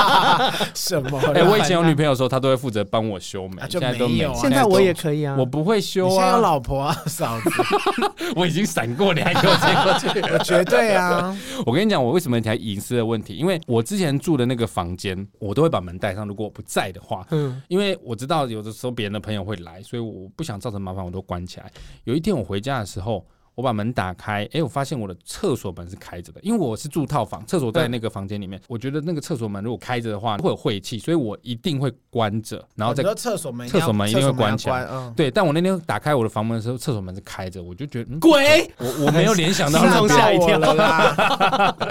Speaker 2: 什么啦？
Speaker 1: 哎，我以前有女朋友的时候，她都会负责帮我修眉
Speaker 2: 啊，就
Speaker 1: 现在都
Speaker 2: 没
Speaker 1: 没
Speaker 2: 有
Speaker 1: 有
Speaker 2: 啊。
Speaker 3: 现在我也可以啊，
Speaker 1: 我不会修
Speaker 2: 你现在有
Speaker 1: 啊，
Speaker 2: 老婆啊，嫂子，
Speaker 1: 我已经闪过，你还给我接过去。
Speaker 2: 我绝对啊。
Speaker 1: 我跟你讲，我为什么讲隐私的问题？因为我之前住的那个房间，我都会把门带上，如果我不在的话。
Speaker 3: 嗯，
Speaker 1: 因为我知道有的时候别人的朋友会来，所以我不想造成麻烦，我都关起来。有一天我回家的时候，我把门打开，诶，我发现我的厕所门是开着的，因为我是住套房，厕所在那个房间里面。我觉得那个厕所门如果开着的话会有晦气，所以我一定会关着，然后再
Speaker 2: 你说厕所门要，
Speaker 1: 厕所门一定会
Speaker 2: 厕所要
Speaker 1: 关起来
Speaker 2: 嗯，
Speaker 1: 对。但我那天打开我的房门的时候，厕所门是开着，我就觉得 嗯，
Speaker 3: 滚！
Speaker 1: 我我没有联 想到
Speaker 3: 是
Speaker 1: 那
Speaker 3: 从
Speaker 1: 边
Speaker 3: 吓一跳
Speaker 2: 吓 我了啦。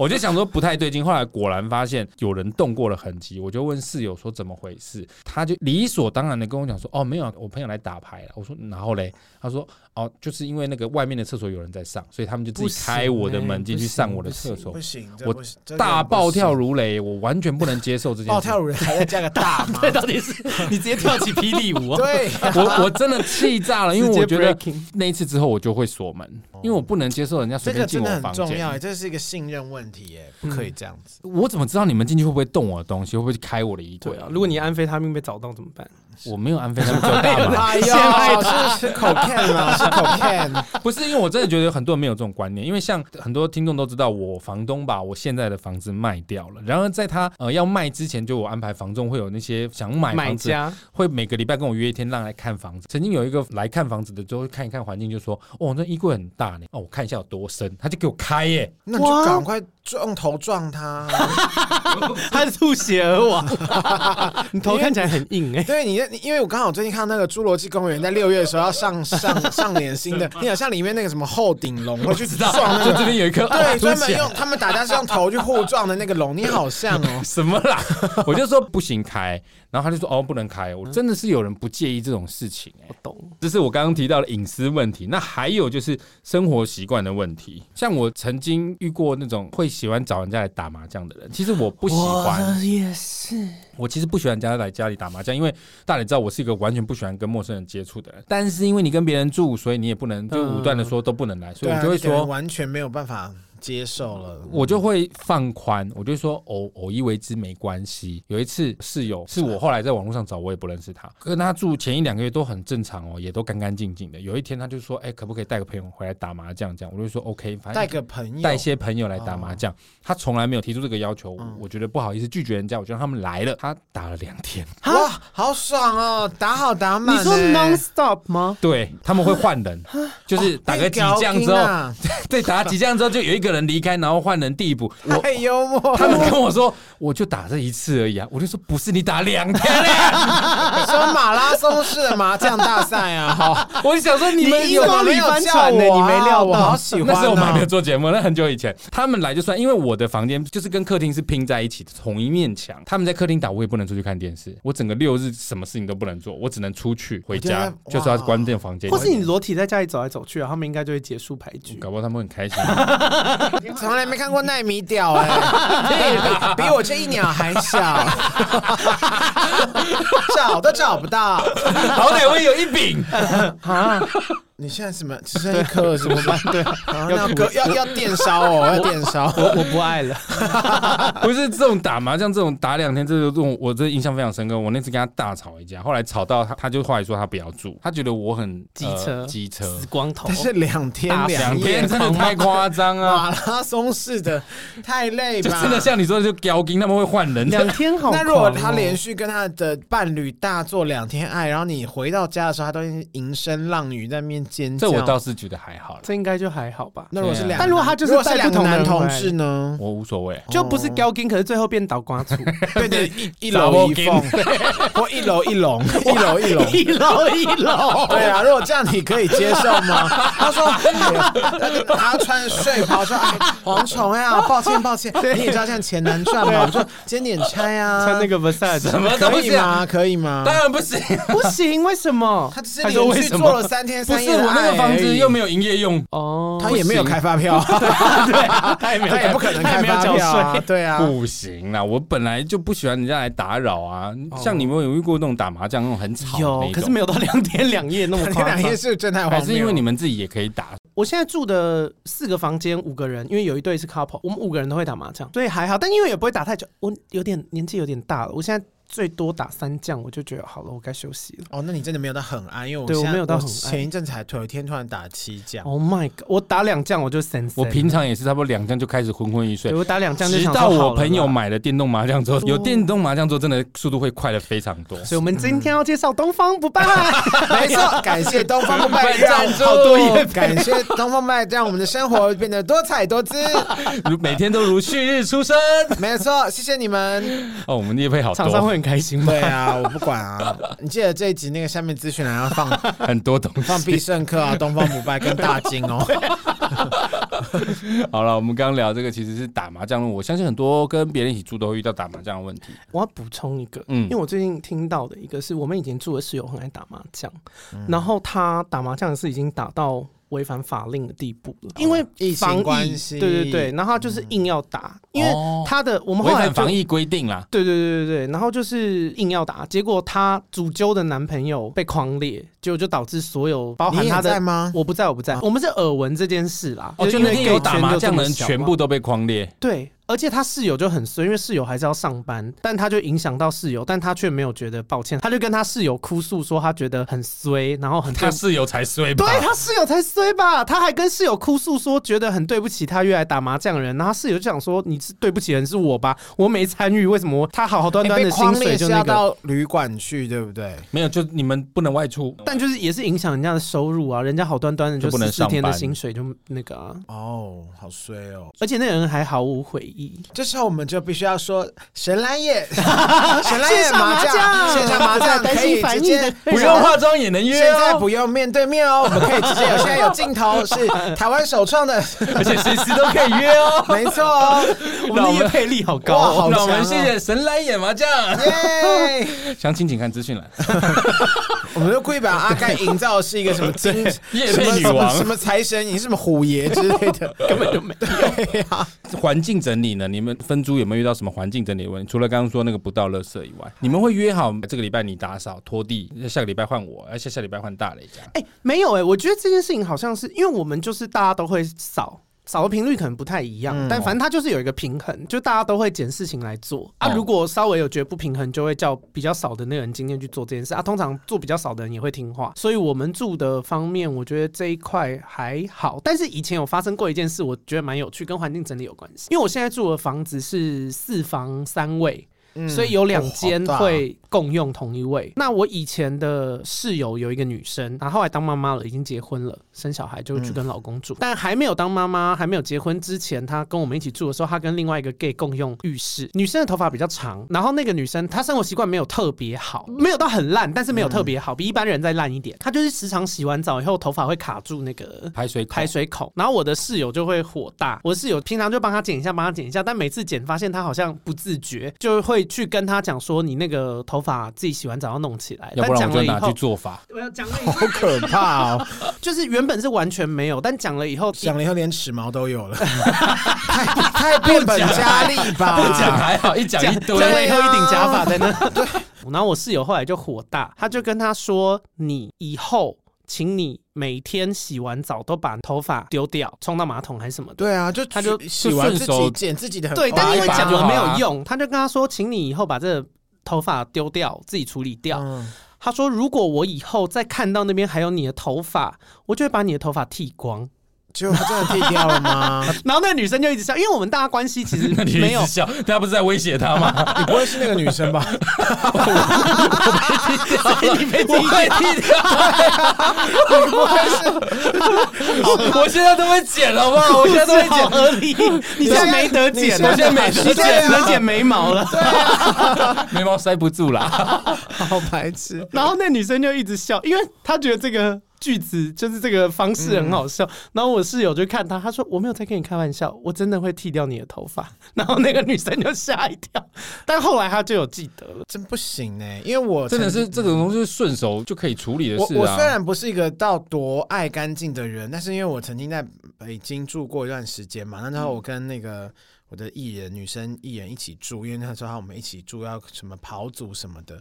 Speaker 1: 我就想说不太对劲，后来果然发现有人动过了痕迹，我就问室友说怎么回事，他就理所当然的跟我讲说，哦，没有啊，我朋友来打牌了。我说然后嘞，他说哦，就是因为那个外面的厕所有人在上，所以他们就自己开我的门进去上我的厕所
Speaker 2: 欸不，行，这
Speaker 1: 我
Speaker 2: 不行这
Speaker 1: 大
Speaker 2: 不行
Speaker 1: 暴跳如雷，我完全不能接受这件
Speaker 2: 暴
Speaker 1: 事。
Speaker 2: 跳如雷，还要加 个大吗？
Speaker 3: 到底是你直接跳起霹 雳舞啊？
Speaker 2: 对，
Speaker 1: 我我真的气炸了，因为我觉得
Speaker 3: 直接 breaking
Speaker 1: 那一次之后我就会锁门，因为我不能接受人家随
Speaker 2: 哦这
Speaker 1: 便
Speaker 2: 个
Speaker 1: 进
Speaker 2: 真
Speaker 1: 我
Speaker 2: 的很
Speaker 1: 房
Speaker 2: 重要欸，
Speaker 1: 间。嗯
Speaker 2: 这是一个信任问题耶，不可以这样 子。
Speaker 1: 我怎么知道你们进去会不会动我的东西，会不会去开我的衣柜
Speaker 3: 对啊，如果你安非他命被找到怎么办？
Speaker 1: 我没有安非 他命，只有大麻。
Speaker 2: 哎呦，
Speaker 3: 陷害
Speaker 2: 是吃口 can 了，吃口 can。
Speaker 1: 不是因为我真的觉得有很多人没有这种观念，因为像很多听众都知道，我房东把我现在的房子卖掉了。然而在他呃要卖之前，就我安排房仲会有那些想买
Speaker 3: 买啊
Speaker 1: 房子，
Speaker 3: 家
Speaker 1: 会每个礼拜跟我约一天让来看房子。曾经有一个来看房子的，就会看一看环境，就说：“哦，那衣柜很大呢，哦，我看一下有多深。”他就给我开 耶、
Speaker 2: 那你就赶快撞头撞他，
Speaker 3: 他吐血而亡，你头看起来很硬哎、
Speaker 2: 对你，你因为我刚好最近看到那个《侏罗纪公园》在六月的时候要上上上脸 新的，你好像里面那个什么后顶龙会去撞那
Speaker 1: 就这
Speaker 2: 个，
Speaker 1: 边有一颗
Speaker 2: 对，专门
Speaker 1: 起来。
Speaker 2: 用他们打架是用头去互撞的那个龙，你好像哦
Speaker 1: 什么啦？我就说不行开，然后他就说：“哦，不能开。”
Speaker 2: 嗯
Speaker 1: 我真的是有人不介意这种事情、欸
Speaker 3: 我懂，
Speaker 1: 这是我刚刚提到的隐私问题。那还有就是生活习惯的问题，像我曾经遇过那种会喜欢找人家来打麻将的人，其实我不喜欢，
Speaker 3: 我也是。
Speaker 1: 我其实不喜欢人家来家里打麻将，因为大家也知道我是一个完全不喜欢跟陌生人接触的人。但是因为你跟别人住，所以你也不能就武断的说都不能来， 所以
Speaker 2: 嗯对啊
Speaker 1: 我就会
Speaker 2: 那个人
Speaker 1: 说。
Speaker 2: 完全没有办法接受了。
Speaker 1: 我就会放宽，我就会说偶偶一为之没关系。有一次室友是我后来在网络上找，我也不认识他，跟他住前一两个月都很正常哦，也都干干净净的。有一天他就说，哎、可不可以带个朋友回来打麻将？这样我就说 OK，反正
Speaker 2: 带个朋友，哦
Speaker 1: 带一些朋友来打麻将，他从来没有提出这个要求，
Speaker 2: 嗯
Speaker 1: 我觉得不好意思拒绝人家，我就让他们来了，他打了两天，
Speaker 2: 哇，好爽哦，打好打
Speaker 3: 你
Speaker 2: 满欸。
Speaker 3: 说 non stop 吗？
Speaker 1: 对他们会换人，就是打个几将之后，
Speaker 2: 哦
Speaker 1: 对，打了几将之后就有一个人离开，然后换人递补，
Speaker 2: 被搞定啊
Speaker 1: 我。
Speaker 2: 太 幽默了。
Speaker 1: 他们跟我说，我就打这一次而已啊！我就说不是你打两天嘞、
Speaker 2: 所什么马拉松式的麻将大赛啊？好，
Speaker 1: 我想说你
Speaker 3: 你
Speaker 1: 们
Speaker 3: 一
Speaker 1: 有
Speaker 3: 公
Speaker 2: 没
Speaker 3: 里
Speaker 2: 有
Speaker 3: 翻
Speaker 2: 叫
Speaker 3: 船呢
Speaker 2: 我啊
Speaker 3: 你没料
Speaker 2: 我
Speaker 3: 到
Speaker 2: 好喜欢哦。
Speaker 1: 那时候我们还没有做节目，那很久以前，他们来就算，因为我的房间就是跟客厅是拼在一起的，同一面墙。他们在客厅打，我也不能出去看电视，我整个六日什么事情都不能做，我只能出去回
Speaker 2: 我
Speaker 1: 家
Speaker 2: 觉，得
Speaker 1: 就是要
Speaker 2: 哇
Speaker 1: 关电房间。
Speaker 3: 或是你裸体在家里走来走去啊，他们应该就会结束牌局。
Speaker 1: 搞不好他们会很开心。
Speaker 2: 从来没看过奈米屌哎、 比比我这一鸟还 小，找都找不到。
Speaker 1: 好歹我也有一饼，
Speaker 2: 你现在什么只剩一颗了，怎么办？ 对，啊、
Speaker 3: 要
Speaker 2: 那割要要电烧 哦，要电烧。
Speaker 3: 我我不爱了，
Speaker 1: 不是这种打麻将这种打两天，这就这种我真的印象非常深刻。我那次跟他大吵一架，后来吵到他，他就后来说他不要住，他觉得我很
Speaker 3: 机
Speaker 1: 呃
Speaker 3: 车
Speaker 1: 机车
Speaker 3: 死，光头
Speaker 2: 但。是两天
Speaker 1: 两
Speaker 2: 两夜
Speaker 1: 天真的太夸张啊！
Speaker 2: 马拉松式的太 累
Speaker 1: 就
Speaker 2: 吧？
Speaker 1: 真的像你说的，就交金他们会换人，
Speaker 3: 两天 好、哦
Speaker 2: 那如果他连，续跟他的伴侣大做两天爱，然后你回到家的时候，他都已经吟声浪语在面尖叫，
Speaker 1: 这我倒是觉得还好了，
Speaker 3: 这应该就还好吧？
Speaker 2: 那如果是两个男，
Speaker 3: 但如果他就是
Speaker 2: 如果是
Speaker 3: 带
Speaker 2: 两
Speaker 3: 不
Speaker 2: 个
Speaker 3: 同的
Speaker 2: 男
Speaker 3: 人
Speaker 2: 同哦
Speaker 3: 回来
Speaker 2: 事呢？
Speaker 1: 我无所谓。
Speaker 3: 就不是高金，可是最后变倒瓜 醋，
Speaker 2: 对对，一一
Speaker 1: 老
Speaker 2: 楼一
Speaker 1: 金
Speaker 2: 凤， 或一楼一龙，一楼一龙。
Speaker 3: 一楼一楼。
Speaker 2: 对啊，如果这样你可以接受吗？ 他说，哎呀他他穿睡袍说，哎，蝗虫呀，抱歉抱歉，你也知道这样钱难赚嘛，我说兼点啊差 呀，
Speaker 3: 穿那个 Versace
Speaker 1: 什么
Speaker 2: 可
Speaker 1: 东
Speaker 2: 以
Speaker 1: 西啊？
Speaker 2: 吗？可以吗
Speaker 1: 当？然不 行，
Speaker 3: 不行，为什么？
Speaker 2: 他只是
Speaker 1: 他说
Speaker 2: 连
Speaker 1: 为
Speaker 2: 续
Speaker 1: 什
Speaker 2: 做
Speaker 1: 么
Speaker 2: 了三天
Speaker 1: 不
Speaker 2: 三
Speaker 1: 是
Speaker 2: 夜的
Speaker 1: 我那
Speaker 2: 爱
Speaker 1: 个房
Speaker 2: 而
Speaker 1: 子
Speaker 2: 已
Speaker 1: 又没有营业用，
Speaker 3: 哦，
Speaker 2: 他也没有开发 票，
Speaker 1: 他也没
Speaker 2: 啊他也不可能开发
Speaker 3: 他也没有
Speaker 2: 票
Speaker 3: 缴
Speaker 2: 啊
Speaker 3: 税，
Speaker 2: 对啊，
Speaker 1: 不行啦，我本来就不喜欢人家来打扰啊。像你们有遇过那种打麻将那种很吵的那
Speaker 3: 哦有，
Speaker 1: 种
Speaker 3: 可是没有到两天两夜那么
Speaker 2: 两
Speaker 3: 夸
Speaker 2: 天两
Speaker 3: 张
Speaker 2: 夜。是真太荒
Speaker 1: 还
Speaker 2: 谬了，
Speaker 1: 是因为你们自己也可以打，
Speaker 3: 我现在住的四个房间五个人，因为有一对是 couple，我们五个人都会打麻将，所以还好。但因为也不会打太久，我有点年纪有点大了，我现在最多打三将，我就觉得好了，我该休息了。
Speaker 2: 哦，那你真的没有到很安，因为我
Speaker 3: 对我
Speaker 2: 现在
Speaker 3: 没有到很安
Speaker 2: 前一阵才有一天突然打七将，
Speaker 3: Oh my god！我打两将我就神，
Speaker 1: 我平常也是差不多两将就开始昏昏欲睡
Speaker 3: 对。我打两将就
Speaker 1: 直
Speaker 3: 想
Speaker 1: 到
Speaker 3: 说好
Speaker 1: 我
Speaker 3: 了哦
Speaker 1: 朋友
Speaker 3: 啦。
Speaker 1: 买了电动麻将之后，
Speaker 3: 对
Speaker 1: 有电动麻将之后，真的速度会快了非常 多。
Speaker 3: 所以我们今天要介绍东方不败，
Speaker 2: 没
Speaker 3: 哎
Speaker 2: 错，感谢东方不败
Speaker 1: 赞
Speaker 2: 让
Speaker 1: 助
Speaker 2: 好多也感谢东方不败让我们的生活变得多彩多姿。
Speaker 1: 如每天都如旭日出 生
Speaker 2: 没错，谢谢你们。
Speaker 1: 哦，我们业配好
Speaker 3: 厂商会
Speaker 1: 多
Speaker 3: 很开心吗？
Speaker 2: 对啊，我不管啊，你记得这一集那个下面资讯栏要放
Speaker 1: 很多东
Speaker 2: 放必胜客啊，东方不败跟大金 哦。
Speaker 3: 啊
Speaker 1: 好了，我们刚刚聊这个其实是打麻将，我相信很多跟别人一起住都会遇到打麻将的问题。
Speaker 3: 我要补充一个，
Speaker 1: 嗯
Speaker 3: 因为我最近听到的一个是我们以前住的室友很爱打麻将，
Speaker 1: 嗯
Speaker 3: 然后他打麻将是已经打到违反法令的地步了，
Speaker 1: 哦
Speaker 3: 因为
Speaker 2: 疫
Speaker 3: 防
Speaker 2: 情
Speaker 3: 疫
Speaker 2: 关系，
Speaker 3: 对对对，，然后他就是硬要打，因为
Speaker 1: 哦
Speaker 3: 他的我们
Speaker 1: 违
Speaker 3: 后来
Speaker 1: 反
Speaker 3: 就
Speaker 1: 防疫规定啦，
Speaker 3: 对对对对对，然后就是硬要打，结果她主揪的男朋友被狂裂，结果就导致所有包含
Speaker 2: 你
Speaker 3: 她
Speaker 2: 也在
Speaker 3: 的。
Speaker 2: 吗？
Speaker 3: 我不哦在，我不在，我们是耳闻这件事啦。
Speaker 1: 啊哦，就
Speaker 3: 因
Speaker 1: 那
Speaker 3: 为
Speaker 1: 天有
Speaker 3: gay
Speaker 1: 打
Speaker 3: 圈
Speaker 1: 麻
Speaker 3: 就这
Speaker 1: 将的
Speaker 3: 么
Speaker 1: 人
Speaker 3: 小
Speaker 1: 全
Speaker 3: 嘛
Speaker 1: 部都被框列，
Speaker 3: 对，而且他室友就很衰，因为室友还是要上班，但他就影响到室友，但他却没有觉得抱歉，他就跟他室友哭诉说他觉得很衰，然后很 对
Speaker 1: 他室友才衰吧
Speaker 3: 对？啊他室友才衰吧，他还跟室友哭诉说觉得很对不起他约来打麻将的人，然后他室友就想说你是对不起的人是我吧，我没参与，为什么他好好端
Speaker 2: 你
Speaker 3: 端
Speaker 2: 哎被
Speaker 3: 的薪
Speaker 2: 框
Speaker 3: 水
Speaker 2: 列
Speaker 3: 就是那
Speaker 2: 要
Speaker 3: 个？
Speaker 2: 到旅馆去，对不对？
Speaker 1: 没有，就你们不能外出。
Speaker 3: 但就是也是影响人家的收入啊，人家好端端的
Speaker 1: 就不能
Speaker 3: 四天
Speaker 1: 上
Speaker 3: 的
Speaker 1: 班
Speaker 3: 薪水就那个啊，
Speaker 2: 哦，好衰哦！
Speaker 3: 而且那个人还毫无悔意。
Speaker 2: 这时候我们就必须要说神来也，神来也哎麻将，线上
Speaker 3: 线上
Speaker 2: 麻
Speaker 3: 麻
Speaker 2: 将
Speaker 3: 将
Speaker 2: 可以直接
Speaker 3: 不
Speaker 1: 不
Speaker 3: 用
Speaker 1: 用化妆也能约
Speaker 2: 现在
Speaker 1: 哦，
Speaker 2: 不用面对面哦，我们可以直接有现在有镜头，是台湾首创的，
Speaker 1: 而且随时都可以约哦。
Speaker 2: 没错哦，
Speaker 3: 我们的业配力好高、
Speaker 2: 哇
Speaker 3: 哦，
Speaker 2: 好
Speaker 1: 那我们
Speaker 2: 强哦
Speaker 1: 谢谢神来演麻将，
Speaker 2: 耶！
Speaker 1: 详情请看资讯栏。
Speaker 2: 我们就故意把阿盖营造是一个什么金
Speaker 1: 夜
Speaker 2: 什么
Speaker 1: 配女
Speaker 2: 什么什
Speaker 1: 王，
Speaker 2: 么财神，你是什么虎爷之类的，根本就没对呀。
Speaker 1: 环境整理呢？你们分租有没有遇到什么环境整理的问题？除了刚刚说那个不到垃圾以外，你们会约好这个礼拜你打扫拖地，下个礼拜换我，而下下礼拜换大雷家。
Speaker 3: 哎、没有哎、我觉得这件事情好像是因为我们就是大家都会扫。扫的频率可能不太一样，但反正它就是有一个平衡，就大家都会捡事情来做啊。
Speaker 1: 哦
Speaker 3: 如果稍微有觉得不平衡，就会叫比较少的那个人今天去做这件事啊。通常做比较少的人也会听话，所以我们住的方面，我觉得这一块还好。但是以前有发生过一件事，我觉得蛮有趣，跟环境整理有关系。因为我现在住的房子是四房三卫，
Speaker 2: 嗯
Speaker 3: 所以有两间
Speaker 2: 哦好大
Speaker 3: 会共用同一位。那我以前的室友有一个女生，她后来当妈妈了，已经结婚了，生小孩就会去跟老公住。
Speaker 2: 嗯
Speaker 3: 但还没有当妈妈，还没有结婚之前，她跟我们一起住的时候，她跟另外一个 gay 共用浴室。女生的头发比较长，然后那个女生她生活习惯没有特别好，
Speaker 2: 嗯
Speaker 3: 没有到很烂，但是没有特别好，比一般人再烂一点。她就是时常洗完澡以后，头发会卡住那个
Speaker 1: 排水口
Speaker 3: 排水口，然后我的室友就会火大。我室友平常就帮他剪一下，帮他剪一下，但每次剪发现他好像不自觉，就会去跟他讲说：“你那个头发自己洗完澡要弄起来。”
Speaker 1: 要不然
Speaker 3: 但讲
Speaker 1: 我就
Speaker 3: 了以
Speaker 1: 拿去
Speaker 3: 后，
Speaker 1: 做法。
Speaker 3: 我要讲了以后，
Speaker 2: 好可怕 哦！
Speaker 3: 就是原本是完全没有，但讲了以后，
Speaker 2: 讲了以后连齿毛都有了，太太变本加厉吧？啊
Speaker 1: 不讲还啊好，一讲
Speaker 3: 讲
Speaker 1: 一堆
Speaker 3: 讲。了以后一顶假发在那。然后我室友后来就火大，他就跟他说：“你以后，请你每天洗完澡都把头发丢掉，冲到马桶还是什么的。”
Speaker 2: 对啊，就
Speaker 3: 他就
Speaker 2: 洗完自
Speaker 1: 就顺
Speaker 2: 己
Speaker 1: 手
Speaker 2: 剪自己的很
Speaker 3: 对，但
Speaker 1: 拔
Speaker 3: 因
Speaker 1: 一
Speaker 3: 为
Speaker 1: 拔
Speaker 3: 讲
Speaker 1: 就
Speaker 3: 了
Speaker 1: 好
Speaker 3: 没有
Speaker 1: 啊
Speaker 3: 用，他就跟他说，请你以后把这个头发丢掉，自己处理掉。
Speaker 2: 嗯
Speaker 3: 他说，如果我以后再看到那边还有你的头发，我就会把你的头发剃光。
Speaker 2: 结果他真的剃掉了吗？
Speaker 3: 然后那个女生就一直笑，因为我们大家关系其实
Speaker 1: 那你一直
Speaker 3: 没有。
Speaker 1: 笑，他不是在威胁他吗？
Speaker 2: 你不会是那个女生 吧？
Speaker 1: 你被我被踢掉，我现在都会剪好不好？我现在都会
Speaker 3: 好
Speaker 1: 剪。
Speaker 3: 合理， 你现
Speaker 2: 啊
Speaker 3: 在没得剪了，
Speaker 1: 你现在没得
Speaker 3: 你现在
Speaker 1: 剪
Speaker 3: 只能剪眉毛了。
Speaker 1: 眉毛塞不住啦，
Speaker 3: 啊
Speaker 2: 好白痴！
Speaker 3: 然后那女生就一直笑，因为她觉得这个句子就是这个方式很好笑。然后我室友就看她，她说我没有在跟你开玩笑，我真的会剃掉你的头发。 然后那个女生就吓一跳，但后来她就有记得了。
Speaker 2: 真不行呢、欸因为 我
Speaker 1: 真的
Speaker 2: 曾
Speaker 1: 是这种东西是顺手就可以处理的
Speaker 2: 我
Speaker 1: 事
Speaker 2: 我虽
Speaker 1: 啊。
Speaker 2: 然不是一个到多爱干净的人，但是因为我曾经在北京住过一段时间嘛，那时候我跟那个我的艺人女生艺人一起住，因为那时候我们一起住要什么跑组什么的，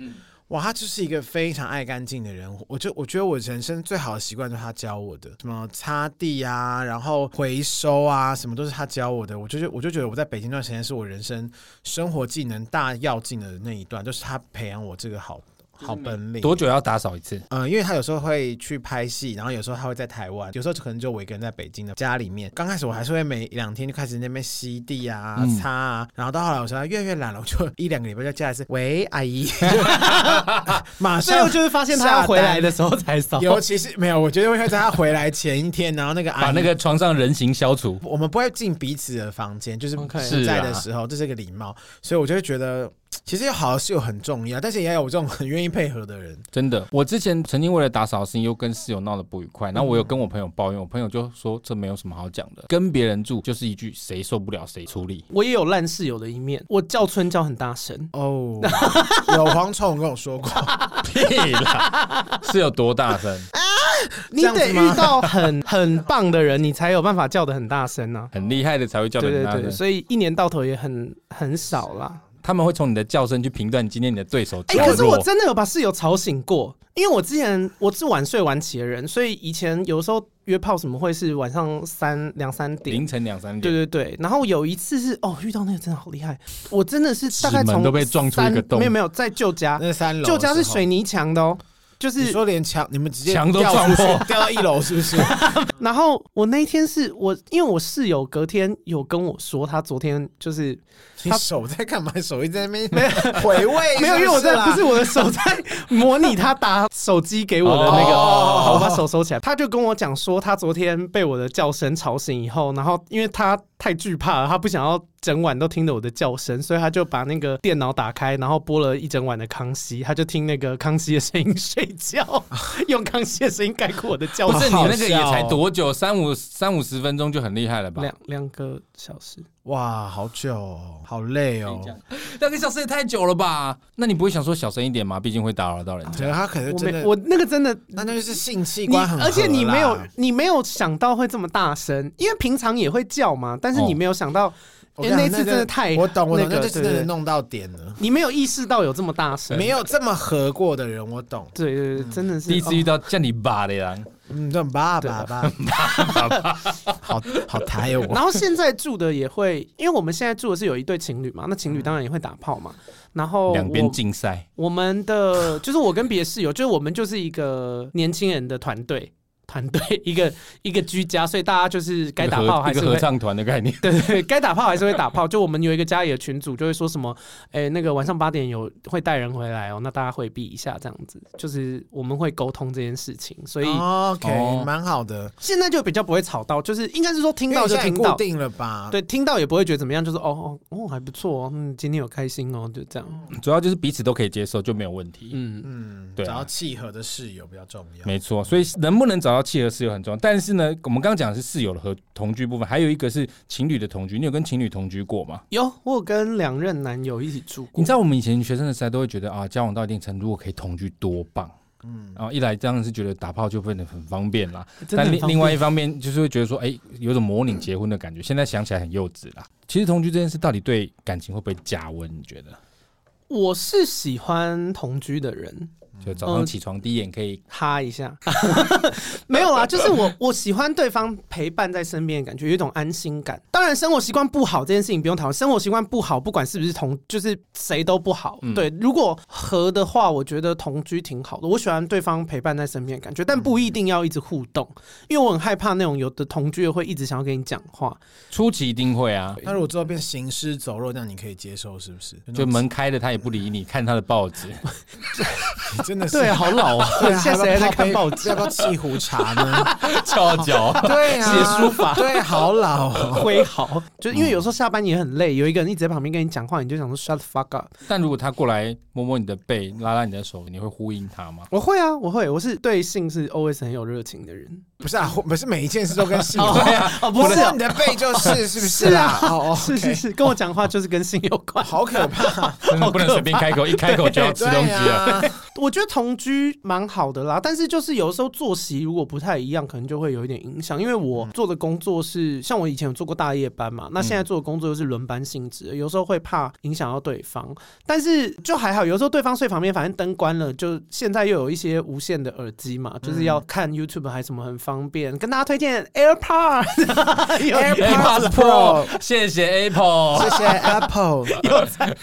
Speaker 2: 哇，她就是一个非常爱干净的人。我就我觉得我人生最好的习惯就是她教我的，什么擦地啊，然后回收啊，什么都是她教我的。我就觉得我就觉得我在北京那段时间是我人生生活技能大要进的那一段，就是她培养我这个好好本领。
Speaker 1: 多久要打扫一次？
Speaker 2: 嗯，因为他有时候会去拍戏，然后有时候他会在台湾，有时候可能就我一个人在北京的家里面。刚开始我还是会每两天就开始那边吸地啊、
Speaker 1: 嗯
Speaker 2: 擦啊，然后到后来我实在越来越懒了，我就一两个礼拜就加一次，喂，阿 姨，马
Speaker 3: 最后
Speaker 2: 上。
Speaker 3: 就是发现她要回来的时候才扫。
Speaker 2: 尤其是没有，我觉得会在他回来前一天，然后那
Speaker 3: 啊
Speaker 2: 个阿
Speaker 1: 把
Speaker 2: 姨
Speaker 1: 那个床上人形消除。
Speaker 2: 我们不会进彼此的房间，就是
Speaker 3: OK
Speaker 2: 不在
Speaker 1: 啊
Speaker 2: 的时候，这是个礼貌，所以我就会觉得，其实有好的室友很重要，但是也要有这种很愿意配合的人。
Speaker 1: 真的，我之前曾经为了打扫的事情又跟室友闹得不愉快，然后我有跟我朋友抱怨，我朋友就说这没有什么好讲的，跟别人住就是一句谁受不了谁处 理。
Speaker 3: 我也有烂室友的一面，我叫春叫很大声，
Speaker 2: 哦，有蝗虫跟我说过，
Speaker 1: 屁啦，是有多大声？
Speaker 3: 你
Speaker 2: 这样
Speaker 3: 得
Speaker 2: 子吗
Speaker 3: 遇到很 很棒的人，你才有办法叫的很大声呢、
Speaker 1: 很厉害的才会叫
Speaker 3: 对
Speaker 1: 人
Speaker 3: 对
Speaker 1: 大
Speaker 3: 对，
Speaker 1: 声，
Speaker 3: 所以一年到头也很很少啦。
Speaker 1: 他们会从你的叫声去评断今天你的对手
Speaker 3: 哎、
Speaker 1: 弱
Speaker 3: 可是我
Speaker 1: 弱。
Speaker 3: 真的有把室友吵醒过，因为我之前我是晚睡晚起的人，所以以前有时候约炮什么会是晚上三两三点
Speaker 1: 凌。晨两三
Speaker 3: 对
Speaker 1: 点，
Speaker 3: 对对，然后有一次是哦，遇到那个真的好厉害，我真的是大概
Speaker 1: 纸门
Speaker 3: 从
Speaker 1: 都被撞出一个
Speaker 3: 三
Speaker 1: 洞
Speaker 3: 没有没有，在旧家，
Speaker 2: 那三楼的
Speaker 3: 啊旧家是
Speaker 2: 时候
Speaker 3: 水泥墙的哦，就
Speaker 2: 你
Speaker 3: 是
Speaker 2: 说连墙，你们直接
Speaker 1: 墙都
Speaker 2: 掉
Speaker 1: 撞
Speaker 2: 出
Speaker 1: 破
Speaker 2: 去，掉到一楼是不 是？
Speaker 3: 然后我那一天是我，因为我室友隔天有跟我说，他昨天就是
Speaker 2: 你手在干嘛？手一直在那边回味，
Speaker 3: 没有，因为我在不是我的手在模拟他打手机给我的那个，
Speaker 1: 哦
Speaker 3: 好我把手收 起来。他就跟我讲说，他昨天被我的叫声吵醒以后，然后因为他太惧怕了，他不想要整晚都听着我的叫声，所以他就把那个电脑打开，然后播了一整晚的康熙，他就听那个康熙的声音睡觉，用康熙的声音概括我的叫
Speaker 1: 不是
Speaker 3: 声
Speaker 1: 你。那个也
Speaker 2: 好好
Speaker 1: 才
Speaker 2: 笑哦
Speaker 1: 多久？三五三五十分钟就很厉害了吧？
Speaker 3: 两两个小时，
Speaker 2: 哇，好久、哦，好累哦。
Speaker 1: 两个小时也太久了吧？那你不会想说小声一点吗？毕竟会打扰到人
Speaker 2: 觉
Speaker 1: 家。
Speaker 2: 得他可能
Speaker 3: 我
Speaker 2: 真的
Speaker 3: 没，我那个真的
Speaker 2: 那就是性器
Speaker 3: 你
Speaker 2: 官很合啦，
Speaker 3: 而且你没有你没有想到会这么大声，因为平常也会叫嘛，但是你
Speaker 1: 哦
Speaker 3: 没有想到，
Speaker 2: 我
Speaker 3: 因
Speaker 2: 跟
Speaker 3: 为
Speaker 2: 你
Speaker 3: 那
Speaker 2: 讲
Speaker 3: 次真的
Speaker 2: 个
Speaker 3: 太
Speaker 2: 我懂，我懂，
Speaker 3: 那
Speaker 2: 那
Speaker 3: 个
Speaker 2: 就真
Speaker 3: 对对
Speaker 2: 的
Speaker 3: 对
Speaker 2: 弄到点了。
Speaker 3: 你没有意识到有这么大声，
Speaker 2: 没有这么合过的人，我懂。
Speaker 3: 对对对，真的是哦
Speaker 1: 第一次遇到叫你爸的人，
Speaker 2: 嗯，这种爸爸爸爸，好好抬哦
Speaker 3: 哦
Speaker 2: 我。
Speaker 3: 然后现在住的也会，因为我们现在住的是有一对情侣嘛，那情
Speaker 2: 嗯
Speaker 3: 侣当然也会打炮嘛，然后
Speaker 1: 两边
Speaker 3: 哦我
Speaker 1: 竞赛，
Speaker 3: 我们的就是我跟别的室友，就是我们就是一个年轻人的团队。团队，一个一个居家，所以大家就是该打
Speaker 1: 一个
Speaker 3: 炮
Speaker 1: 合
Speaker 3: 还
Speaker 1: 一
Speaker 3: 是
Speaker 1: 个合
Speaker 3: 会。
Speaker 1: 唱团的概念，
Speaker 3: 对对对，该打炮还是会打炮。就我们有一个家里的群组，就会说什么，哎、那个晚上八点有会带人回来哦，那大家回避一下这样子。就是我们会沟通这件事情，所以
Speaker 2: OK，
Speaker 1: 哦
Speaker 2: 蛮好的。
Speaker 3: 现在就比较不会吵到，就是应该是说听到就
Speaker 2: 因为你现在也
Speaker 3: 听
Speaker 2: 固
Speaker 3: 到，
Speaker 2: 定了吧？，
Speaker 3: 对，听到也不会觉得怎么样，就是哦哦哦还不错哦，嗯，今天有开心哦，就这样，
Speaker 1: 主要就是彼此都可以接受就没有问题。
Speaker 3: 嗯，
Speaker 2: 嗯，
Speaker 1: 对啊
Speaker 2: 找到契合的室友比较重要。
Speaker 1: 没错，所以能不能找到契合室友很重要。但是呢，我们刚刚讲的是室友的和同居部分，还有一个是情侣的同居。你有跟情侣同居过吗？
Speaker 3: 有我有跟两任男友一起住过
Speaker 1: 你知，道我们以前学生的时代都会觉得啊，交往到一定程度，如果可以同居多棒。嗯，然后一来当然是觉得打炮就变得很方便啦，
Speaker 3: 真的很
Speaker 1: 但另
Speaker 3: 方便
Speaker 1: 另外一方面就是会觉得说，哎、有种模拟结婚的感觉。现在想起来很幼稚啦。其实同居这件事到底对感情会不会加温？你觉得？
Speaker 3: 我是喜欢同居的人，
Speaker 1: 就早
Speaker 3: 嗯
Speaker 1: 上起床第一眼可以
Speaker 3: 哈一下， 没有啦，就是我我喜欢对方陪伴在身边的感觉，有一种安心感。当然，生活习惯不好这件事情不用讨论，生活习惯不好，不管是不是同，就是谁都不好。对，如果合的话，我觉得同居挺好的。我喜欢对方陪伴在身边的感觉，但不一定要一直互动，因为我很害怕那种有的同居的会一直想要跟你讲话。
Speaker 1: 初期一定会啊，
Speaker 2: 那如果之后变行尸走肉，那你可以接受是不是？
Speaker 1: 就门开了他也不理你，看他的报 纸。
Speaker 2: 你 真的是
Speaker 3: 对，好老啊！
Speaker 2: 对啊，
Speaker 3: 现在谁还在看报
Speaker 2: 纸？
Speaker 3: 纸
Speaker 2: 要不要沏壶茶 呢？
Speaker 1: 翘脚。
Speaker 2: 对啊，
Speaker 3: 写书法
Speaker 2: 对，好老哦。
Speaker 3: 挥毫，就是因为有时候下班也很累，有一个人一直在旁边跟你讲话，你就想说 shut the fuck up。
Speaker 1: 但如果他过来摸摸你的背，拉拉你的手，你会呼应他吗？
Speaker 3: 我会啊，我会，我是对性是 always 很有热情的人。
Speaker 2: 不是啊，不是每一件事都跟性有关，
Speaker 3: 哦，哦不
Speaker 2: 我
Speaker 3: 是
Speaker 2: 摸
Speaker 3: 哦
Speaker 2: 你，的背 就是，是不是啊？哦，哦。
Speaker 3: 是是，是，跟我讲话就是跟性有关
Speaker 2: 好可怕，
Speaker 1: 真的不能随便开 口，一开口就要吃东西
Speaker 2: 对
Speaker 1: 了。
Speaker 2: 啊。
Speaker 3: 我觉得同居蛮好的啦，但是就是有的时候作息如果不太一样，可能就会有一点影响。因为我做的工作是像我以前有做过大夜班嘛，那现在做的工作又是轮班性质的，有时候会怕影响到对方，但是就还好，有时候对方睡旁边，反正灯关了，就现在又有一些无线的耳机嘛，就是要看 YouTube 还是什么很方便。跟大家推荐 AirPods，有
Speaker 1: AirPods 啊 Pro，谢谢
Speaker 3: 哦
Speaker 1: Apple。
Speaker 2: 谢 谢 Apple。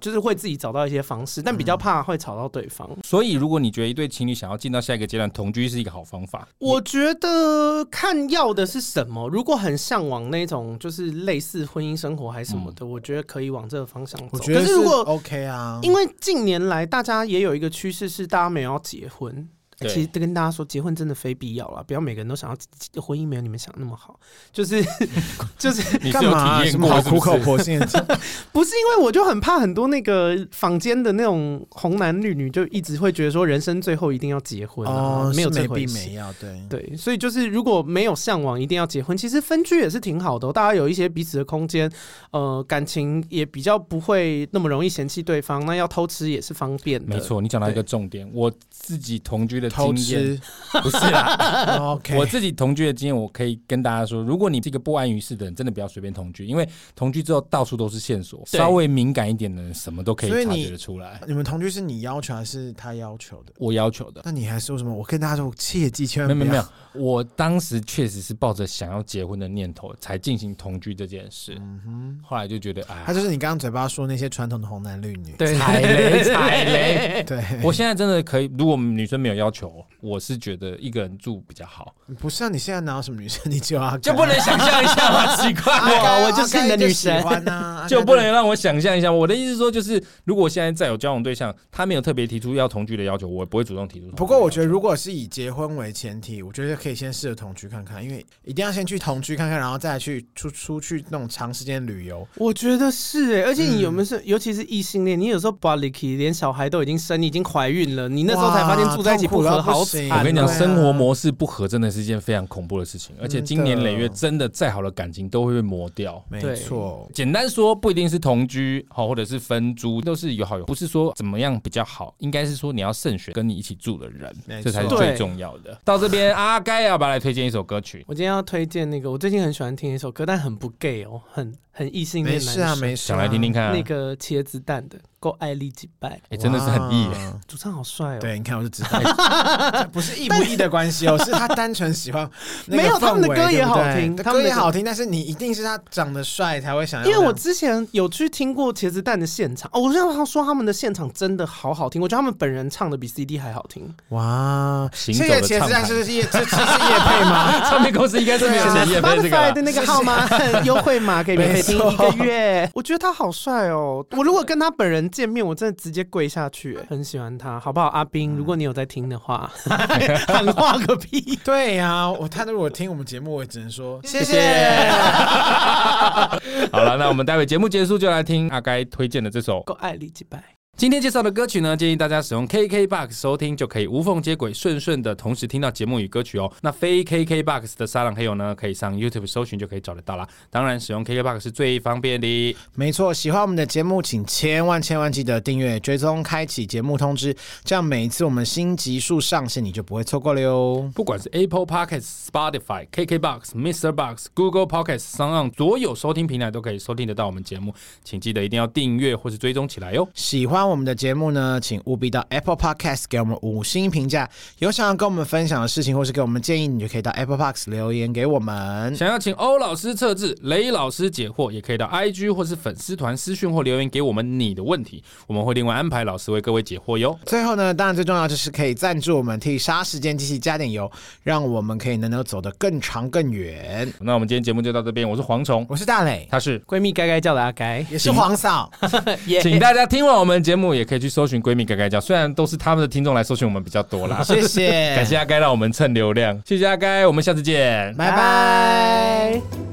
Speaker 3: 就是会自己找到一些方式，但比较怕会吵到对方。
Speaker 1: 所以，如果你觉得一对情侣想要进到下一个阶段，同居是一个好方法。
Speaker 3: 我觉得看要的是什么，如果很向往那种就是类似婚姻生活还是什么的，我觉得可以往这个方向走。
Speaker 2: 我觉得
Speaker 3: 可是如哦果
Speaker 2: OK 啊，
Speaker 3: 因为近年来大家也有一个趋势是大家没有要结婚。欸
Speaker 1: 对
Speaker 3: 其实跟大家说，结婚真的非必要啦，不要每个人都想要婚姻，没有你们想的那么好。就是 就是
Speaker 1: 你是
Speaker 2: 干
Speaker 1: 有
Speaker 2: 嘛啊？
Speaker 1: 体
Speaker 2: 什
Speaker 1: 验
Speaker 2: 么
Speaker 1: 过
Speaker 2: 好
Speaker 1: 是不
Speaker 2: 苦口
Speaker 1: 是？
Speaker 2: 婆心 的讲？
Speaker 3: 不是因为我就很怕很多那个坊间的那种红男绿女，就一直会觉得说人生最后一定要结婚啊，
Speaker 2: 哦，
Speaker 3: 没有
Speaker 2: 是
Speaker 3: 这
Speaker 2: 没
Speaker 3: 回
Speaker 2: 必
Speaker 3: 事。
Speaker 2: 没要，对。
Speaker 3: 对，所以就是如果没有向往一定要结婚，其实分居也是挺好的哦、大家有一些彼此的空间，呃，感情也比较不会那么容易嫌弃对方。那要偷吃也是方便的，
Speaker 1: 没。错，你讲到一个重点，我自己同居的
Speaker 2: 偷
Speaker 1: 经验
Speaker 2: 吃哦
Speaker 1: 不是啦，
Speaker 2: ，OK，
Speaker 1: 我自己同居的经验，我可以跟大家说，如果你是一个不安于世的人，真的不要随便同居，因为同居之后到处都是线索，
Speaker 3: 对
Speaker 1: 稍微敏感一点的人，什么都可
Speaker 2: 所以
Speaker 1: 以察
Speaker 2: 你
Speaker 1: 觉得出来。
Speaker 2: 你们同居是你要求还是他要求的？
Speaker 1: 我要求的，
Speaker 2: 那你还说什么？我跟大家说，我切记千
Speaker 1: 没
Speaker 2: 万
Speaker 1: 有没有
Speaker 2: 不
Speaker 1: 没有，
Speaker 2: 要
Speaker 1: 我当时确实是抱着想要结婚的念头才进行同居这件事，后来就觉得哎
Speaker 2: 他，就是你刚刚嘴巴说那些传统的红男绿女。
Speaker 3: 对，
Speaker 1: 踩雷踩雷。
Speaker 2: 对，
Speaker 1: 我现在真的可以，如果女生没有要求，我是觉得一个人住比较 好，
Speaker 2: 不是啊，你现在哪有什么女生，你只有阿甘
Speaker 1: 就不能想象一下吗？奇怪
Speaker 2: 阿
Speaker 1: 了。
Speaker 2: 甘
Speaker 3: 我就是你的女神
Speaker 2: 阿甘就喜欢啊，
Speaker 1: 就不能让我想象一下。我的意思是说，就是如果我现在再有交往对象，他没有特别提出要同居的要求，我也不会主动提出同居的要求。
Speaker 2: 不过我觉得，如果是以结婚为前提，我觉得可以先试着同居看看，因为一定要先去同居看看，然后再去出出去那种长时间旅游。
Speaker 3: 我觉得是哎，而且你有没有是，尤其是异性恋，你有时候 b o d y 连小孩都已经生，你已经怀孕了，你那时候才发现住在一起
Speaker 2: 痛苦
Speaker 3: 合，
Speaker 2: 到
Speaker 3: 好
Speaker 2: 不
Speaker 3: 惨
Speaker 2: 行
Speaker 3: 哦。
Speaker 1: 我跟你讲，
Speaker 2: 对啊
Speaker 1: 生活模式不合真的是一件非常恐怖的事情，而且经年累月，
Speaker 2: 真的
Speaker 1: 真的再好的感情都会被磨掉。
Speaker 2: 没
Speaker 3: 对
Speaker 2: 错，
Speaker 1: 简单说，不一定是同居好，或者是分租，都是有好有，不是说怎么样比较好，应该是说你要慎选跟你一起住的人
Speaker 2: 没，
Speaker 1: 这才是
Speaker 3: 错
Speaker 1: 最
Speaker 3: 对
Speaker 1: 重要的。到这边，阿该要不要来推荐一首歌曲？
Speaker 3: 我今天要推荐那个，我最近很喜欢听一首歌，但很不 gay 哦，很很异性恋
Speaker 2: 没
Speaker 3: 男
Speaker 2: 事啊，没事啊。
Speaker 1: 想来听听看啊。
Speaker 3: 那个茄子蛋的够爱丽几拜，
Speaker 1: 哎，真的是很异耶，
Speaker 2: 哇
Speaker 3: 主唱好帅哦。
Speaker 2: 对，你看我就 知道，这不是义不义的关系哦，是他单纯喜欢那个氛围。
Speaker 3: 没有他们的歌也好
Speaker 2: 对不对
Speaker 3: 听他
Speaker 2: 歌
Speaker 3: 们的
Speaker 2: 也
Speaker 3: 歌
Speaker 2: 好听，但是你一定是他长得帅才会想要啊那
Speaker 3: 因
Speaker 2: 样。
Speaker 3: 为我之前有去听过茄子蛋的现场，哦，我想要说他们的现场真的好好听，我觉得他们本人唱的比 CD 还好听。
Speaker 2: 哇，
Speaker 1: 行
Speaker 2: 这
Speaker 1: 走
Speaker 2: 个
Speaker 1: 的
Speaker 2: 茄
Speaker 1: 唱
Speaker 2: 子蛋
Speaker 1: 盘。
Speaker 2: 是夜，这这是夜配 吗？
Speaker 1: 唱片公司应该是没有
Speaker 2: 对啊
Speaker 1: 钱业配这个
Speaker 3: Spotify
Speaker 1: 啦
Speaker 3: 的。那个号码 优惠码可以免费听一个月，我觉得他好帅哦！我如果跟他本人见面，我真的直接跪下去，哎很喜欢他，好不好？阿
Speaker 2: 嗯
Speaker 3: 斌，如果你有在听 的话， 喊话个屁！
Speaker 2: 对呀、我他如果听我们节目，我也只能说谢
Speaker 1: 谢谢。好了，那我们待会节目结束就来听阿该推荐的这首。
Speaker 3: 够爱丽几拜，
Speaker 1: 今天介绍的歌曲呢，建议大家使用 KKBOX 收听，就可以无缝接轨，顺顺的同时听到节目与歌曲哦。那非 KKBOX 的沙朗黑友呢，可以上 YouTube 搜寻就可以找得到啦。当然，使用 KKBOX 是最方便的。
Speaker 2: 没错，喜欢我们的节目，请千万千万记得订阅、追踪、开启节目通知，这样每一次我们新集数上线，你就不会错过了哟。
Speaker 1: 不管是 Apple Podcasts、Spotify、KKBox、Mr. Box、Google Podcasts、s o n 所有收听平台都可以收听得到我们节目，请记得一定要订阅或是追踪起来哦哟。
Speaker 2: 喜欢我们的节目呢，请务必到 Apple Podcast 给我们五星评价。有想要跟我们分享的事情，或是给我们建议，你就可以到 Apple Podcast 留言给我们。
Speaker 1: 想要请欧老师测字、雷老师解惑，也可以到 IG 或是粉丝团私讯或留言给我们你的问题，我们会另外安排老师为各位解惑哟。
Speaker 2: 最后呢，当然最重要就是可以赞助我们，替杀时间机器加点油，让我们可以能够走得更长更远。
Speaker 1: 那我们今天节目就到这边，我是蝗虫，
Speaker 2: 我是大磊，
Speaker 1: 他是。
Speaker 3: 闺蜜该该叫的阿该，
Speaker 2: 也是黄嫂，
Speaker 3: 耶
Speaker 1: 请大家听完我们节目，也可以去搜寻“闺蜜改改叫”，虽然都是他们的听众来搜寻我们比较多 啦。
Speaker 2: 谢谢，
Speaker 1: 感谢阿该让我们蹭流量，谢谢阿该，我们下次见，
Speaker 2: 拜拜。